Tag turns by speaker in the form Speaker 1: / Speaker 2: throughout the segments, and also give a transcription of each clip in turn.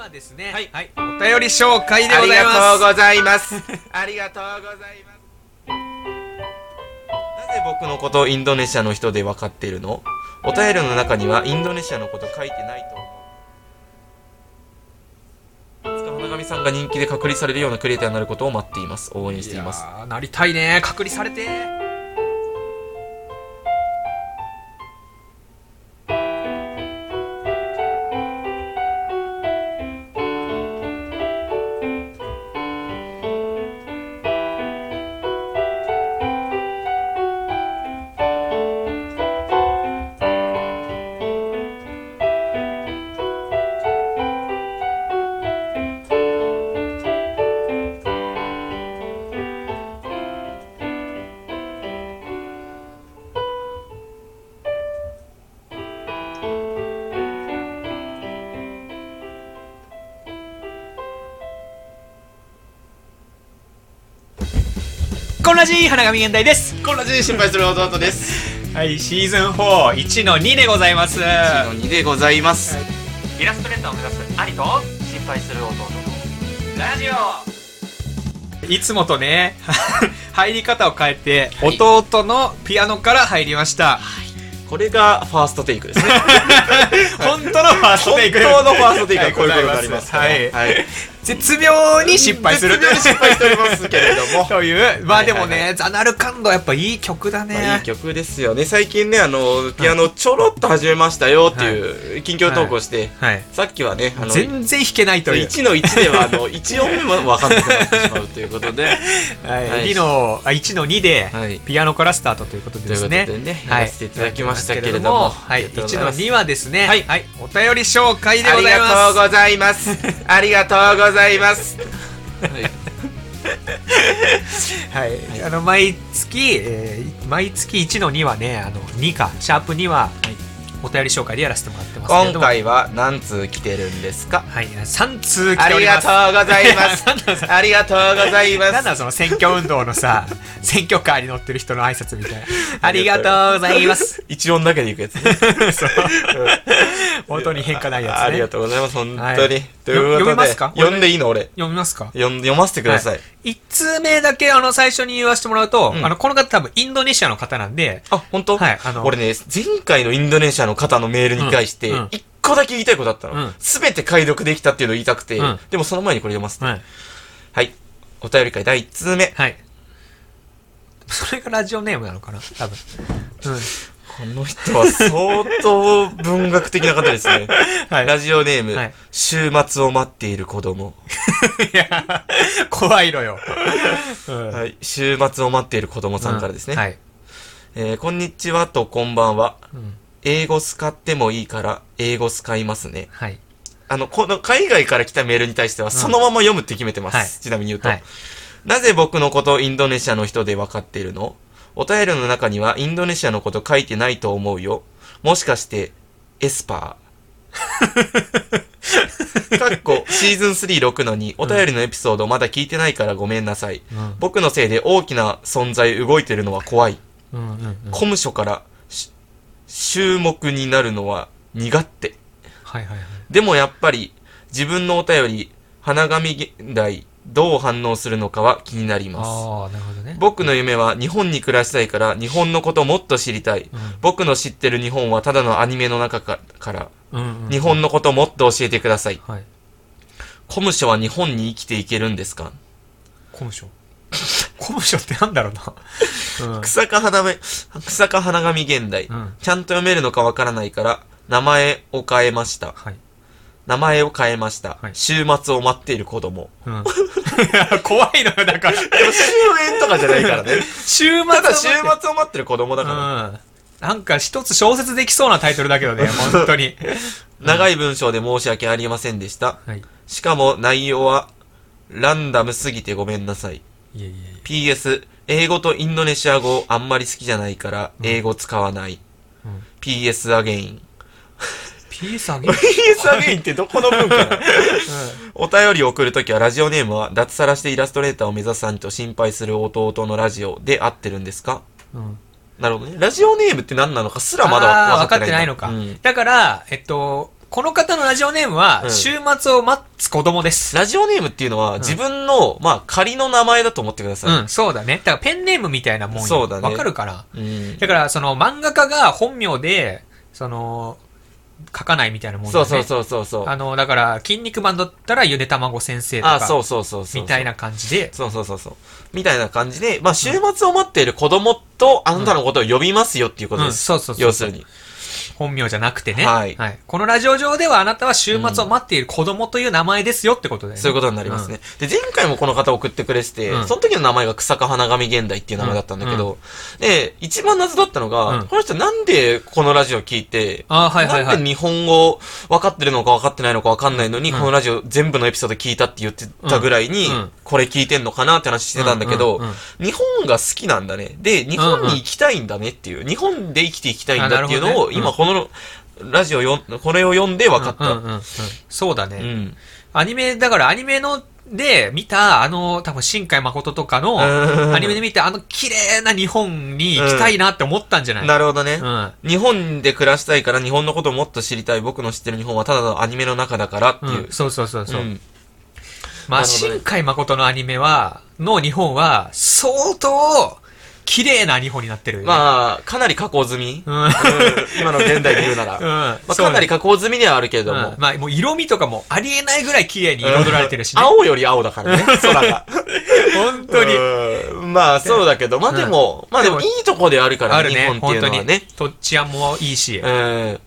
Speaker 1: あですね、
Speaker 2: はい
Speaker 1: お便り紹介で
Speaker 2: あ
Speaker 1: ご
Speaker 2: り
Speaker 1: ざいます。
Speaker 2: がとうございます。 ありがとうございます。なぜ僕のことをインドネシアの人で分かっているのお便りの中にはインドネシアのこと書いてないと思う。いつか花神さんが人気で隔離されるようなクリエイターになることを待っています。応援しています。
Speaker 1: やーなりたいね隔離されてこんなじ花神現代です
Speaker 3: こんな人心配する弟です。
Speaker 1: はいシーズン41の2でございます
Speaker 3: 一の二でございます。
Speaker 2: イラストレーターを目指す兄と心配する弟
Speaker 1: ラジオいつもと ね入り方を変えて、弟のピアノから入りました、
Speaker 2: これがファーストテイクですね。
Speaker 1: 本当のファーストテイク
Speaker 2: 本当のファーストテイクはこういうことになりますから。
Speaker 1: はい
Speaker 2: はい。
Speaker 1: 絶妙に失敗する
Speaker 3: 絶妙に失敗しておりますけれども。
Speaker 1: というまあでもね、
Speaker 2: はいはい
Speaker 1: ザナルカンドやっぱいい曲だね、
Speaker 2: まあいい曲ですよね最近ねあのピアノちょろっと始めましたよっていう近況投稿して、
Speaker 1: はい
Speaker 2: さっきはねあの
Speaker 1: 全然弾けないという
Speaker 2: 1の1ではあ の1音目も分かんなくなってしまうということで
Speaker 1: はい
Speaker 2: はい
Speaker 1: 2のあ1の2で
Speaker 2: はい
Speaker 1: ピアノからスタートということ
Speaker 2: とい
Speaker 1: で
Speaker 2: うこ
Speaker 1: す
Speaker 2: と
Speaker 1: ね。
Speaker 2: でね、
Speaker 1: はい
Speaker 2: やらせていただきましたけれども、
Speaker 1: はい、1
Speaker 2: ありがとうござい
Speaker 1: の
Speaker 2: ます
Speaker 1: 2はですね、は、
Speaker 2: はいい
Speaker 1: お便り紹介で
Speaker 2: あ
Speaker 1: ご
Speaker 2: り
Speaker 1: ざい
Speaker 2: が
Speaker 1: ま
Speaker 2: とうございます。 ありがとうございます。はい
Speaker 1: す。はい、あの毎月、えー毎月1の2はね、あの2かシャープ2はお便り紹介でやらせてもらってますけれど
Speaker 2: 今
Speaker 1: も、
Speaker 2: 回は何通来てるんですか
Speaker 1: はい、3通来
Speaker 2: あ
Speaker 1: てお
Speaker 2: り
Speaker 1: り
Speaker 2: が
Speaker 1: ます
Speaker 2: と。うござ います。ありがとうございます。
Speaker 1: なんだその選挙運動のさ 選挙カーに乗ってる人の挨拶みたいなありがとうございます
Speaker 2: 一音だけでいくやつね。
Speaker 1: そう本当に変化ないやつね
Speaker 2: ありがとうございます、本当に。
Speaker 1: はい
Speaker 2: ということで、
Speaker 1: よ読みますか
Speaker 2: 読んでいいの俺。
Speaker 1: 読みますか
Speaker 2: 読ん読ませてください。
Speaker 1: 1通目だけあの最初に言わせてもらうと、
Speaker 2: うん
Speaker 1: あのこの方多分インドネシアの方なんで
Speaker 2: あ、本当
Speaker 1: はいあの
Speaker 2: 俺ね、前回のインドネシアの方のメールに対して
Speaker 1: うんうん、
Speaker 2: 一個だけ言いたいことあった
Speaker 1: うん
Speaker 2: の。すべ、て解読できたっていうのを言いたくて、
Speaker 1: うん
Speaker 2: でもその前にこれ読ませて。
Speaker 1: はい、
Speaker 2: はい。お便り会第1通目。
Speaker 1: はい、それがラジオネームなのかな多分、うん
Speaker 2: この人は相当文学的な方ですね。
Speaker 1: はい、
Speaker 2: ラジオネーム、
Speaker 1: はい
Speaker 2: 週末を待っている子供。
Speaker 1: いや怖いのよ、うん
Speaker 2: はい。週末を待っている子供さんからですね。
Speaker 1: うんはい、
Speaker 2: えーこんにちはとこんばんは。
Speaker 1: うん
Speaker 2: 英語使ってもいいから、英語使いますね。
Speaker 1: はい
Speaker 2: あの、この海外から来たメールに対しては、そのまま読むって決めてます。
Speaker 1: はい
Speaker 2: ちなみに言うと、
Speaker 1: はい
Speaker 2: なぜ僕のことをインドネシアの人で分かっているのお便りの中には、インドネシアのこと書いてないと思うよ。もしかして、エスパ ー。かっこ、シーズン36の2、お便りのエピソードまだ聞いてないからごめんなさい。
Speaker 1: うん
Speaker 2: 僕のせいで大きな存在動いてるのは怖い。
Speaker 1: うんうんうん
Speaker 2: コム書からし、終目になるのは苦手。
Speaker 1: はいはいはい
Speaker 2: でもやっぱり自分のお便り、花紙現代、どう反応するのかは気になります。
Speaker 1: ああなるほどね
Speaker 2: 僕の夢は日本に暮らしたいから日本のこともっと知りたい。
Speaker 1: うん
Speaker 2: 僕の知ってる日本はただのアニメの中かから、
Speaker 1: うんうん
Speaker 2: 日本のこともっと教えてください。
Speaker 1: はい
Speaker 2: コムショは日本に生きていけるんですか
Speaker 1: コムショコムショってなんだろうな、うん、
Speaker 2: 草か花め、草か花紙現代。
Speaker 1: うん
Speaker 2: ちゃんと読めるのかわからないから、名前を変えました。
Speaker 1: はい、
Speaker 2: 名前を変えました。
Speaker 1: はい
Speaker 2: 週末を待っている子供。
Speaker 1: うんいや怖いのよだから
Speaker 2: でも終焉とかじゃないから ね。
Speaker 1: 週末
Speaker 2: ただ週
Speaker 1: は
Speaker 2: 末を待ってる子供だ
Speaker 1: うん
Speaker 2: か
Speaker 1: なんか一つ小説できそうなタイトルだけどね 本当に
Speaker 2: ら。長い文章で申し訳ありませんでした。
Speaker 1: はい
Speaker 2: しかも内容はランダムすぎてごめんなさい。
Speaker 1: いえいえい
Speaker 2: PS、英語とインドネシア語あんまり好きじゃないから英語使わない。
Speaker 1: うん
Speaker 2: PS アゲイ ン。
Speaker 1: えピースあげ
Speaker 2: PS アゲインってどこの文化だ
Speaker 1: う
Speaker 2: お便りを送るときはラジオネームは脱サラしてイラストレーターを目指す兄と心配する弟のラジオで合ってるんですか
Speaker 1: ん、うん、
Speaker 2: なるほどね。ラジオネームって何なのかすらまだ
Speaker 1: あー分
Speaker 2: 分か
Speaker 1: か
Speaker 2: っ
Speaker 1: ってて
Speaker 2: な
Speaker 1: ないい
Speaker 2: んだ
Speaker 1: のか、
Speaker 2: うん
Speaker 1: だからえっとこの方のラジオネーム
Speaker 2: う
Speaker 1: は、
Speaker 2: ん
Speaker 1: 週末を待つ子供です。
Speaker 2: ラジオネームっていうのは、自分の、まあ、仮の名前だと思ってくだ
Speaker 1: う
Speaker 2: さ
Speaker 1: ん、そうだね。だからペンネームみたいなもんよ
Speaker 2: そうだね。
Speaker 1: わかるかない
Speaker 2: うん。
Speaker 1: だから、その漫画家が本名で、その、書かないみたいなもんだ
Speaker 2: そ
Speaker 1: よ
Speaker 2: う
Speaker 1: ね。
Speaker 2: そうそうそうそう。
Speaker 1: あの、だから、筋肉マンだったら、ゆで卵先生と
Speaker 2: あ、そ
Speaker 1: か、
Speaker 2: うそうそうそう。
Speaker 1: みたい。な感じで、
Speaker 2: そうそうそうそう。みたいな感じで、まあ、週末を待っている子供と、あなたのことを呼びますよっていうこと
Speaker 1: う
Speaker 2: で
Speaker 1: ん、
Speaker 2: す。
Speaker 1: そうそうそう
Speaker 2: 要するに。
Speaker 1: 本名じゃなくてね、
Speaker 2: はい
Speaker 1: このラジオ上ではあなたは週末を待っている子供という名前ですよってことだよね。
Speaker 2: そういうことになりますね。で、前回もこの方送ってくれてて、
Speaker 1: うん
Speaker 2: その時の名前が草加花神現代っていう名前だったんだけど、で、一番謎だったのが、
Speaker 1: うん
Speaker 2: この人なんでこのラジオ聞いて、
Speaker 1: あーはいはいはい
Speaker 2: なんで日本語分かってるのか分かってないのか分かんないのに、
Speaker 1: うん
Speaker 2: このラジオ全部のエピソード聞いたって言ってたぐらいに、
Speaker 1: うんうん
Speaker 2: これ聞いてんのかなって話してたんだけど、
Speaker 1: うんうんうん
Speaker 2: 日本が好きなんだね。で、日本に行きたいんだねっていう、日本で生きていきたいんだっていうのを、
Speaker 1: あなるほどねうん
Speaker 2: 今このラジオよん、これを読んで分かった。
Speaker 1: うんうんうんそうだね、
Speaker 2: うん
Speaker 1: アニメ、だからアニメの、で、見た、あの、多分、新海誠とかの、
Speaker 2: ん
Speaker 1: アニメで見た、あの、綺麗な日本に行きたいなって思ったんじゃない、
Speaker 2: なるほどね。
Speaker 1: うん。
Speaker 2: 日本で暮らしたいから日本のことをもっと知りたい僕の知ってる日本はただのアニメの中だからっていう
Speaker 1: うん、、そうそうそうそう。
Speaker 2: うん
Speaker 1: まあ、
Speaker 2: なるほどね
Speaker 1: 新海誠のアニメは、の日本は、相当、綺麗な日本になってるよね。
Speaker 2: まあかなり加工済み、
Speaker 1: うん。うん。
Speaker 2: うん今の現代で言う なら、まあ、
Speaker 1: そう
Speaker 2: か
Speaker 1: ね
Speaker 2: なり加工済みではあるけれども、
Speaker 1: うんまあ、もう色味とかもありえないぐらい綺麗に彩られてるしね。
Speaker 2: 青より青だか らね空が
Speaker 1: 本当に。
Speaker 2: うんまあそうだけどまあでも、まあでも
Speaker 1: で
Speaker 2: い
Speaker 1: も
Speaker 2: いとこであるから
Speaker 1: あ
Speaker 2: ね
Speaker 1: るね、
Speaker 2: 日本っ
Speaker 1: 本
Speaker 2: て
Speaker 1: 当
Speaker 2: いうのは
Speaker 1: に。
Speaker 2: ね
Speaker 1: と治安もいいし、
Speaker 2: うん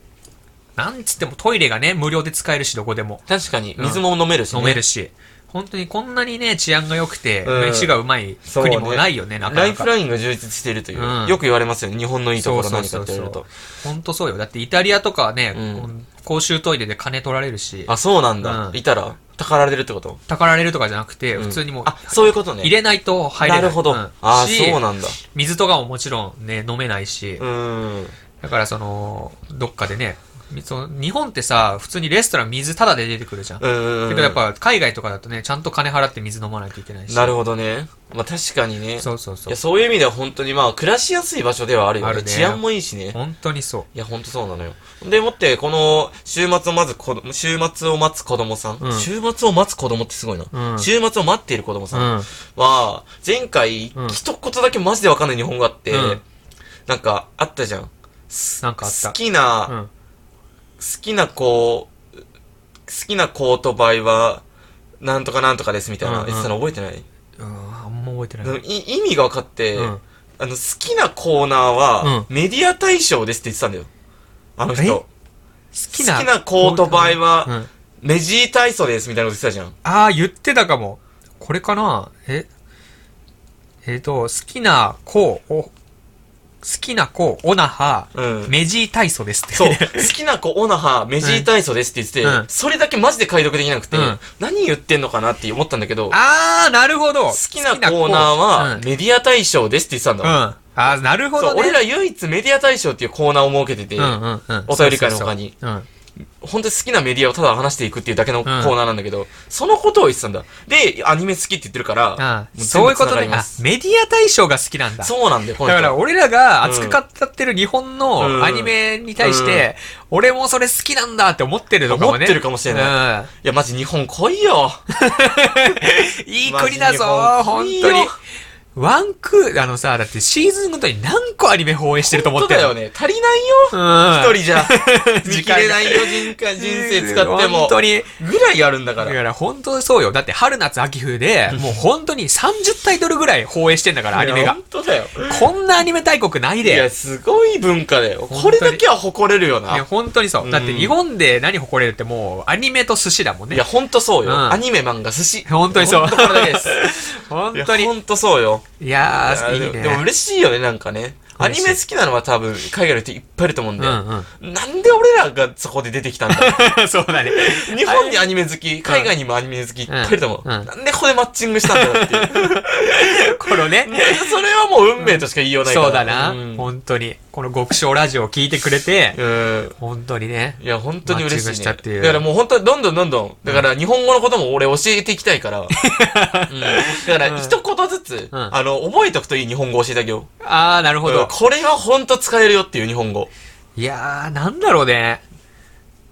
Speaker 1: なんつってもトイレがね、無料で使えるし、どこでも。
Speaker 2: 確かに水も飲めるし、ね
Speaker 1: 飲めるし。本当にこんなにね、治安が良くて、
Speaker 2: うん
Speaker 1: 飯がうまい
Speaker 2: そうね
Speaker 1: 国もないよね、なか
Speaker 2: ラ
Speaker 1: な
Speaker 2: イフ
Speaker 1: か。
Speaker 2: ラインが充実しているという、
Speaker 1: うん
Speaker 2: よく言われますよね日本のいいところ
Speaker 1: そう
Speaker 2: 何
Speaker 1: そ
Speaker 2: かっ
Speaker 1: う
Speaker 2: て
Speaker 1: そう
Speaker 2: 言
Speaker 1: そう
Speaker 2: われると
Speaker 1: 本当そうよ。だってイタリアとかはね、
Speaker 2: うん
Speaker 1: 公衆トイレで金取られるし、
Speaker 2: あそうなんだ、
Speaker 1: うん
Speaker 2: いたらたかられるってこと
Speaker 1: たかられるとかじゃなくて、
Speaker 2: うん
Speaker 1: 普通にもう、
Speaker 2: あそういうことね
Speaker 1: 入れないと入れない。
Speaker 2: なるほど、
Speaker 1: うん
Speaker 2: ああ
Speaker 1: し
Speaker 2: そうなんだ
Speaker 1: 水とかももちろんね、飲めないし、
Speaker 2: うん
Speaker 1: だからその、どっかでね、みその日本ってさ、普通にレストラン水タダで出てくるじゃん。
Speaker 2: うんうんうん
Speaker 1: けどやっぱ海外とかだとね、ちゃんと金払って水飲まないといけないし。
Speaker 2: なるほどねまあ確かにね
Speaker 1: そうそうそ
Speaker 2: いうや。そういう意味では本当にまあ暮らしやすい場所ではあるよね
Speaker 1: あるね
Speaker 2: 治安もいいしね
Speaker 1: 本当にそう。
Speaker 2: いや本当そうなのよでもってこの週末をまず子供週末を待つ子供さん、
Speaker 1: うん
Speaker 2: 週末を待つ子供ってすごいな、
Speaker 1: うん
Speaker 2: 週末を待っている子供さん
Speaker 1: うん。
Speaker 2: は前回
Speaker 1: うん
Speaker 2: 一言だけマジでわかんない日本語があって、
Speaker 1: うん
Speaker 2: なんかあったじゃん
Speaker 1: なんかあった
Speaker 2: 好。きな、
Speaker 1: うん。
Speaker 2: 好きな子、好きな子と場合は、なんとかなんとかですみたいな
Speaker 1: うんう。ん
Speaker 2: え、その覚えてない
Speaker 1: うん、あんま覚えてない。
Speaker 2: い意味が分かって、
Speaker 1: うん
Speaker 2: あの、好きなコーナーは、メディア大賞ですって言ってたんだよ。あの
Speaker 1: え
Speaker 2: 人。好
Speaker 1: 好
Speaker 2: きな子と場合
Speaker 1: う
Speaker 2: は、
Speaker 1: ん、
Speaker 2: メジー体操ですみたいなこと言ってたじゃん。
Speaker 1: ああ、言ってたかも。これかなええっ、と、好きな子を、好きな子、オナハ、
Speaker 2: うん
Speaker 1: メジー体操ですって。
Speaker 2: そう。 好きな子、オナハ、メジー体操ですって言ってて、
Speaker 1: うん
Speaker 2: それだけマジで解読できなくて、
Speaker 1: うん
Speaker 2: 何言ってんのかなって思ったんだけど、好
Speaker 1: ああ、なるほど。好
Speaker 2: きなコーナーは、
Speaker 1: 好きな子
Speaker 2: メディア大賞ですって言ってたんだ
Speaker 1: うん。うんああ、なるほ
Speaker 2: そ
Speaker 1: ど、
Speaker 2: う、
Speaker 1: ね。
Speaker 2: 俺ら唯一メディア大賞っていうコーナーを設けてて、
Speaker 1: うんうんうん、
Speaker 2: お便り会の他に
Speaker 1: そうそう
Speaker 2: 本当に好きなメディアをただ話していくっていうだけのコーナーなんだけど、そのことを言ってたんだ。で、アニメ好きって言ってるか
Speaker 1: そ
Speaker 2: ら、
Speaker 1: うああ
Speaker 2: も
Speaker 1: そういうこと
Speaker 2: 全部繋
Speaker 1: ね
Speaker 2: がり。ま
Speaker 1: あ
Speaker 2: す、
Speaker 1: メディア大賞が好きなんだ。
Speaker 2: そうなんだよ、こ
Speaker 1: だ
Speaker 2: の
Speaker 1: から
Speaker 2: 人。
Speaker 1: 俺らが熱く語ってる日本のアニメに対して、俺もそれ好きなんだって思ってるのかもね。。
Speaker 2: 思ってるかもしれない
Speaker 1: うん。
Speaker 2: いや、マジ日本来いよ。
Speaker 1: いい国だぞー
Speaker 2: マ
Speaker 1: 本
Speaker 2: ジ日本いい
Speaker 1: 当
Speaker 2: よ
Speaker 1: に。ワンクー、あのさ、だってシーズンごとに何個アニメ放映してると思って
Speaker 2: 本
Speaker 1: る
Speaker 2: 当だよね。足りないよ。一、
Speaker 1: うん。
Speaker 2: 人 じゃ。見
Speaker 1: 時
Speaker 2: 切
Speaker 1: 間が
Speaker 2: れないよ、人間人生使っても
Speaker 1: 本。当に。
Speaker 2: ぐらいあるんだか
Speaker 1: だ
Speaker 2: ら。
Speaker 1: から本当そうよ。だって春夏秋冬で、 もう本当に30タイトルぐらい放映してんだから、アニメ
Speaker 2: いや
Speaker 1: が
Speaker 2: 本。当だよ。
Speaker 1: こんなアニメ大国ない
Speaker 2: いや、
Speaker 1: で。
Speaker 2: すごい文化だよ。
Speaker 1: 本
Speaker 2: こ
Speaker 1: 当に
Speaker 2: れだけは誇れるよ
Speaker 1: いや、
Speaker 2: な。
Speaker 1: 本当にそう。だって日本で何誇れるってもう、アニメと寿司だもん
Speaker 2: い
Speaker 1: ね
Speaker 2: や、。ほんとそうよ。
Speaker 1: うん
Speaker 2: アニメ、漫画、寿司。
Speaker 1: 本当にそう
Speaker 2: ほんとこれだけ です。
Speaker 1: 本
Speaker 2: いや
Speaker 1: 当に
Speaker 2: ほ。んとそうよ。
Speaker 1: いや
Speaker 2: あ
Speaker 1: ー、いい
Speaker 2: でもでも
Speaker 1: ね。
Speaker 2: 嬉しいよね、なんかね。アニ
Speaker 1: 嬉しい
Speaker 2: メ好きなのは多分、海外の人いっぱいいると思うん
Speaker 1: う
Speaker 2: だよ。
Speaker 1: ん
Speaker 2: なんで俺らがそこで出てきたんだ
Speaker 1: うん。 そうだね。
Speaker 2: 日本にアニメ好き、海外にもアニメ好きいっぱいいると思う。
Speaker 1: うんうん
Speaker 2: なんでここでマッチングしたんだろうっていう。
Speaker 1: このね。
Speaker 2: それはもう運命としか言いようないから。
Speaker 1: そうだな、
Speaker 2: ん
Speaker 1: 本当に。この極小ラジオを聞いてくれて、
Speaker 2: うん
Speaker 1: 本当にね。
Speaker 2: いや、本当に嬉しい、
Speaker 1: マッチングし
Speaker 2: ね。
Speaker 1: たっていう
Speaker 2: だからもう本当にどんどんどんどん。だから日本語のことも俺教えていきたい から。うん、だから一言ずつ、
Speaker 1: うん
Speaker 2: あの、覚えとくといい日本語教えてあげよう。
Speaker 1: あー、なるほ
Speaker 2: うん
Speaker 1: ど。
Speaker 2: これは本当使えるよっていう日本語。
Speaker 1: いやー、なんだろうね。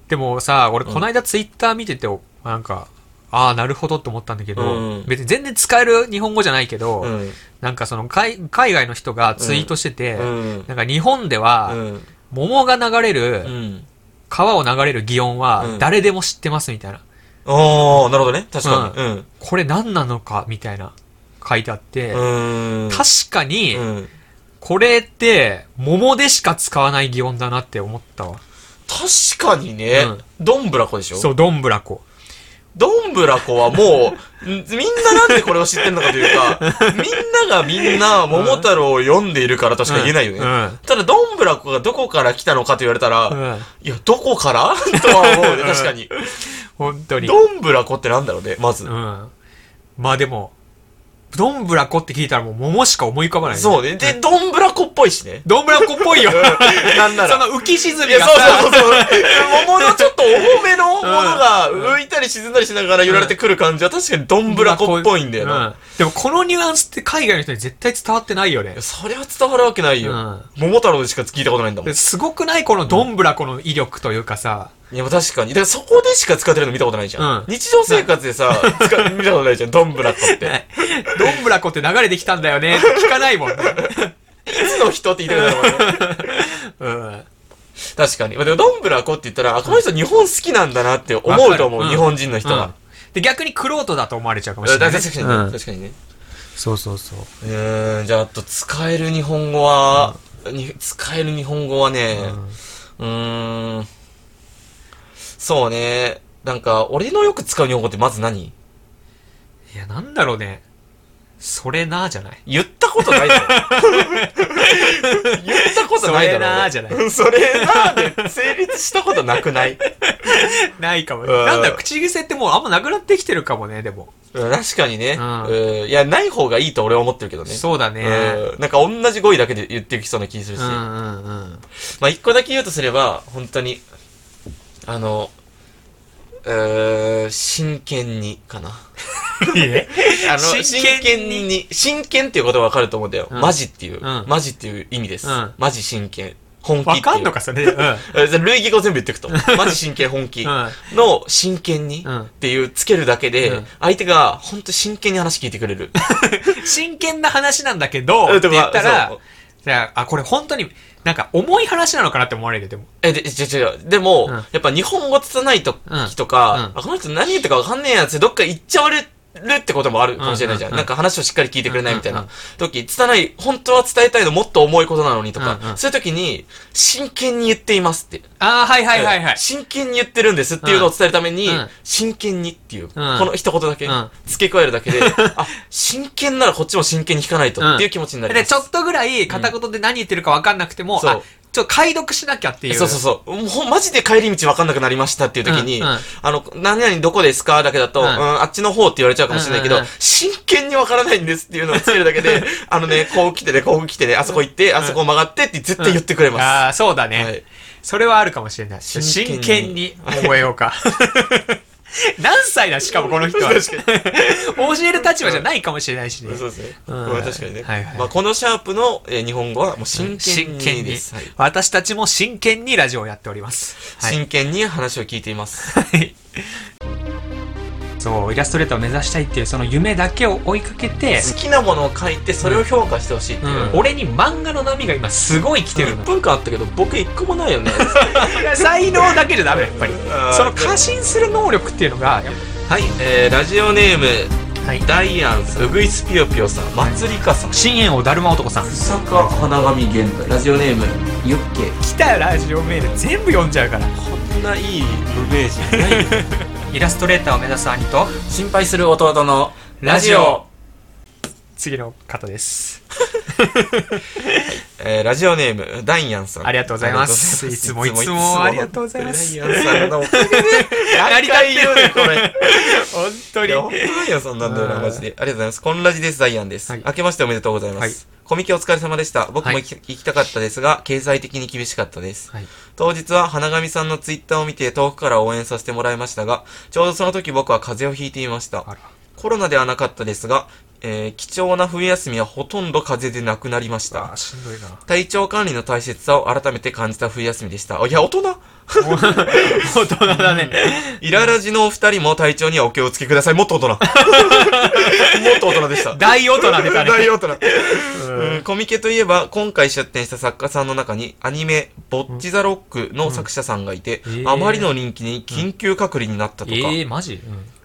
Speaker 1: でもさ、俺
Speaker 2: うん
Speaker 1: この間ツイッター見てて、なんか、ああ、なるほどって思ったんだけど、
Speaker 2: うん
Speaker 1: 別に全然使える日本語じゃないけど、
Speaker 2: うん。
Speaker 1: なんかその海海外の人がツイートしてて、
Speaker 2: うん。
Speaker 1: なんか日本では、
Speaker 2: うん。
Speaker 1: 桃が流れる、
Speaker 2: うん。
Speaker 1: 川を流れる擬音
Speaker 2: う
Speaker 1: は
Speaker 2: ん
Speaker 1: 誰でも知ってますみたいな。
Speaker 2: ああ、なるほどね。確かに。うん。
Speaker 1: これ何なのかみたいな書いてあって、
Speaker 2: うん。
Speaker 1: 確かに、
Speaker 2: うん
Speaker 1: これって桃でしか使わない擬音だなって思ったわ。
Speaker 2: 確かにね、どんぶらこでしょ
Speaker 1: そう、どんぶらこ。
Speaker 2: どんぶらこはもう、んみんななんでこれを知ってるのかという か、みんながみんな桃太郎を読んでいるからとしか言えないよね。
Speaker 1: うんうん
Speaker 2: ただ、どんぶらこがどこから来たのかと言われたら、
Speaker 1: うん。
Speaker 2: いや、どこからとは 思うね、確かに。
Speaker 1: 本当に。
Speaker 2: どんぶらこってなんだろうね、まず。
Speaker 1: うん。まあでも、どんぶらこって聞いたらもう桃しか思い浮かばない、。
Speaker 2: そううね。で、どんぶらこっぽいしね。
Speaker 1: どんぶらこっぽい よ。
Speaker 2: なんなら。
Speaker 1: その浮き沈
Speaker 2: い
Speaker 1: み
Speaker 2: や、
Speaker 1: が
Speaker 2: そう
Speaker 1: さ
Speaker 2: そう そうそう。桃のちょっと重めのものが浮いたり沈んだりしながら揺られてくる感じは確かにどんぶらこっぽいんだよな。
Speaker 1: うんでもこのニュアンスって海外の人に絶対伝わってないよね
Speaker 2: いや。それは伝わるわけないよ。
Speaker 1: うん
Speaker 2: 桃太郎でしか聞いたことないんだもん。
Speaker 1: すごくないこのどんぶらこの威力というか さ。
Speaker 2: いや、確かに。だからそこでしか使ってるの見たことないじゃん。
Speaker 1: うん
Speaker 2: 日常生活でさ、使見たことないじゃん。どんぶらこって。い
Speaker 1: どんぶらこって流れてきたんだよね。聞かないもんね。
Speaker 2: つの人って言ってるんだろ う
Speaker 1: う
Speaker 2: ね。
Speaker 1: ん。
Speaker 2: 確かに。まあでも、どんぶらこって言ったら、あ、この人日本好きなんだなって思うと思
Speaker 1: わか
Speaker 2: う。
Speaker 1: る
Speaker 2: 日本人の人
Speaker 1: うん
Speaker 2: が。
Speaker 1: で、逆にクロートだと思われちゃうかもし
Speaker 2: だ
Speaker 1: れな
Speaker 2: から
Speaker 1: いね。
Speaker 2: 確かに
Speaker 1: う
Speaker 2: ね。
Speaker 1: ん
Speaker 2: 確かにね。
Speaker 1: そうそうそう。
Speaker 2: うーん、じゃあ、あと、使える日本語は、に使える日本語はね、うーん、そうね、なんか、俺のよく使う日本語ってまず何
Speaker 1: いや、なんだろうね。それなーじゃない。
Speaker 2: 言ったことないだろ。言ったことないだ
Speaker 1: それ
Speaker 2: ろ。
Speaker 1: なーじゃな
Speaker 2: 俺。それなーで成立したことなくない
Speaker 1: ないかも。
Speaker 2: うん
Speaker 1: なんだろう、口癖ってもうあんまなくなってきてるかもね、でも。
Speaker 2: うん 確かにね、
Speaker 1: うん
Speaker 2: うんいや、ない方がいいと俺は思ってるけどね。
Speaker 1: そうだね。
Speaker 2: うんなんか同じ語彙だけで言ってきそうな気するし。
Speaker 1: うんうんうん。
Speaker 2: まあ、一個だけ言うとすれば、本当に、あの、うー真剣に、かな。
Speaker 1: え
Speaker 2: あの、
Speaker 1: 真
Speaker 2: 真
Speaker 1: 剣
Speaker 2: 剣に、真剣っていうことはわかると思うんだよ。
Speaker 1: うん
Speaker 2: マジってい
Speaker 1: う
Speaker 2: う、
Speaker 1: ん
Speaker 2: マジっていう意味です。
Speaker 1: うん
Speaker 2: マジ真剣。本気って
Speaker 1: わ
Speaker 2: いう。
Speaker 1: かんのか、それ。うん。うん。
Speaker 2: えじゃあ類義語全部言ってくと。マジ真剣、本気。の、真剣に、
Speaker 1: うん
Speaker 2: っていうつけるだけで、
Speaker 1: うん
Speaker 2: 相手が、本当真剣に話聞いてくれる。
Speaker 1: 真剣な話なんだけど、
Speaker 2: え
Speaker 1: っ
Speaker 2: と
Speaker 1: て
Speaker 2: か
Speaker 1: 言ったら
Speaker 2: そう、
Speaker 1: じゃあ、あこれ本当に、なんか重い話なのかなって思われるよ、でも。
Speaker 2: え、で、違う違う。でも、
Speaker 1: うん
Speaker 2: やっぱ日本語拙い時と
Speaker 1: うん
Speaker 2: か
Speaker 1: う、ん
Speaker 2: あ、この人何言ってるかわかんねえやつでどっか行っちゃわれるってこともあるかもしれないじゃん。
Speaker 1: うんうんうん
Speaker 2: なんか話をしっかり聞いてくれないみたい
Speaker 1: うん
Speaker 2: な
Speaker 1: うん
Speaker 2: 時、拙い、本当は伝えたいのもっと重いことなのにとか、
Speaker 1: うんうん
Speaker 2: そういう時に、真剣に言っていますって。
Speaker 1: ああ、はいはいはいはい。
Speaker 2: 真剣に言ってるんですっていうのを伝えるために、
Speaker 1: うん
Speaker 2: 真剣にっていう、こ
Speaker 1: ん
Speaker 2: の一言だけ
Speaker 1: うん
Speaker 2: 付け加える だけで、あ、真剣ならこっちも真剣に聞かないとっていう気持ちになります。
Speaker 1: で、ちょっとぐらい片言で何言ってるか分かんなくても、
Speaker 2: そう
Speaker 1: あ、ちょっと解読しなきゃっていう。
Speaker 2: そうそうそう。もうほんマジで帰り道分かんなくなりましたっていう時に、
Speaker 1: うんうん
Speaker 2: あの、何々どこですかだけだと、
Speaker 1: う
Speaker 2: うんん、あっちの方って言われちゃうかもしれないけど、
Speaker 1: うんうんうん
Speaker 2: 真剣に分からないんですっていうのをつけるだ けで、あのね、こう来てね、こう来てね、あそこ行って、あそこ曲がってって絶対言ってくれます。
Speaker 1: ああ、そうだね、
Speaker 2: はい
Speaker 1: それはあるかもしれない。真剣に
Speaker 2: 真剣に
Speaker 1: 覚えよう か。何歳だしかもこの人は。
Speaker 2: 確かに。
Speaker 1: 教える立場じゃないかもしれないしね。
Speaker 2: そうですね。
Speaker 1: うん
Speaker 2: これは確かにね。
Speaker 1: はいはい
Speaker 2: まあ、このシャープの、えー日本語はもう真剣
Speaker 1: 真
Speaker 2: に
Speaker 1: 剣に
Speaker 2: です。はい
Speaker 1: 私たちも真剣にラジオをやっております。はい。
Speaker 2: 真剣に話を聞いています。
Speaker 1: そう、イラストレーターを目指したいっていうその夢だけを追いかけて、
Speaker 2: 好きなものを書いて、それを評価してほしいって
Speaker 1: う
Speaker 2: いう。
Speaker 1: ん、俺に漫画の波が今すごい来てる
Speaker 2: 1
Speaker 1: の。
Speaker 2: 分間あったけど、僕一個もないよね。
Speaker 1: 才能だけじゃダメ、やっぱり。その過信する能力っていうのが、
Speaker 2: はい、えー、ラジオネーム、
Speaker 1: はい
Speaker 2: ダイアンさん、うぐいすぴよぴよさん、まつりかさん、
Speaker 1: 深淵王だるま男さん。
Speaker 2: 坂花神現代、ラジオネーム、ユッケ。
Speaker 1: 来たラジオメール全部読んじゃうから。
Speaker 2: こんないい無名人ない よ
Speaker 1: イラストレーターを目指す兄と、
Speaker 2: 心配する弟のラジオ。
Speaker 1: 次の方です。
Speaker 2: えー、ラジオネーム、ダイアンさん。
Speaker 1: ありがとうございます
Speaker 2: ありがとうござ
Speaker 1: いつもいつもありがとうございます
Speaker 2: ダイアンさんのおかげで、
Speaker 1: やり
Speaker 2: 何
Speaker 1: た
Speaker 2: 回
Speaker 1: い
Speaker 2: 言うね、これ。
Speaker 1: 本当
Speaker 2: いや、本当ダイアンさんなんだよな、
Speaker 1: うん
Speaker 2: マジで。ありがとうございます。こんラジです、ダイアンです。
Speaker 1: はい
Speaker 2: 明けましておめでとうございます。
Speaker 1: はい
Speaker 2: コミケお疲れ様でした。僕も行き,、たかったですが、経済的に厳しかったです。
Speaker 1: はい
Speaker 2: 当日は花神さんのツイッターを見て遠くから応援させてもらいましたが、ちょうどその時僕は風邪をひいていました
Speaker 1: あら。
Speaker 2: コロナではなかったですが、えー貴重な冬休みはほとんど風邪でなくなりました。
Speaker 1: しんどいな。
Speaker 2: 体調管理の大切さを改めて感じた冬休みでした。あいや、大人
Speaker 1: もう大人だね。
Speaker 2: イララジのお二人も体調にはお気をつけください。もっと大人。もっと大人でした。
Speaker 1: 大大人出たね。
Speaker 2: 大大人。うんコミケといえば、今回出展した作家さんの中に、アニメ、ボッチ・ザ・ロックの作者さんがいて、
Speaker 1: うん
Speaker 2: あまりの人気に緊急隔離になったとか、
Speaker 1: ええ、マジう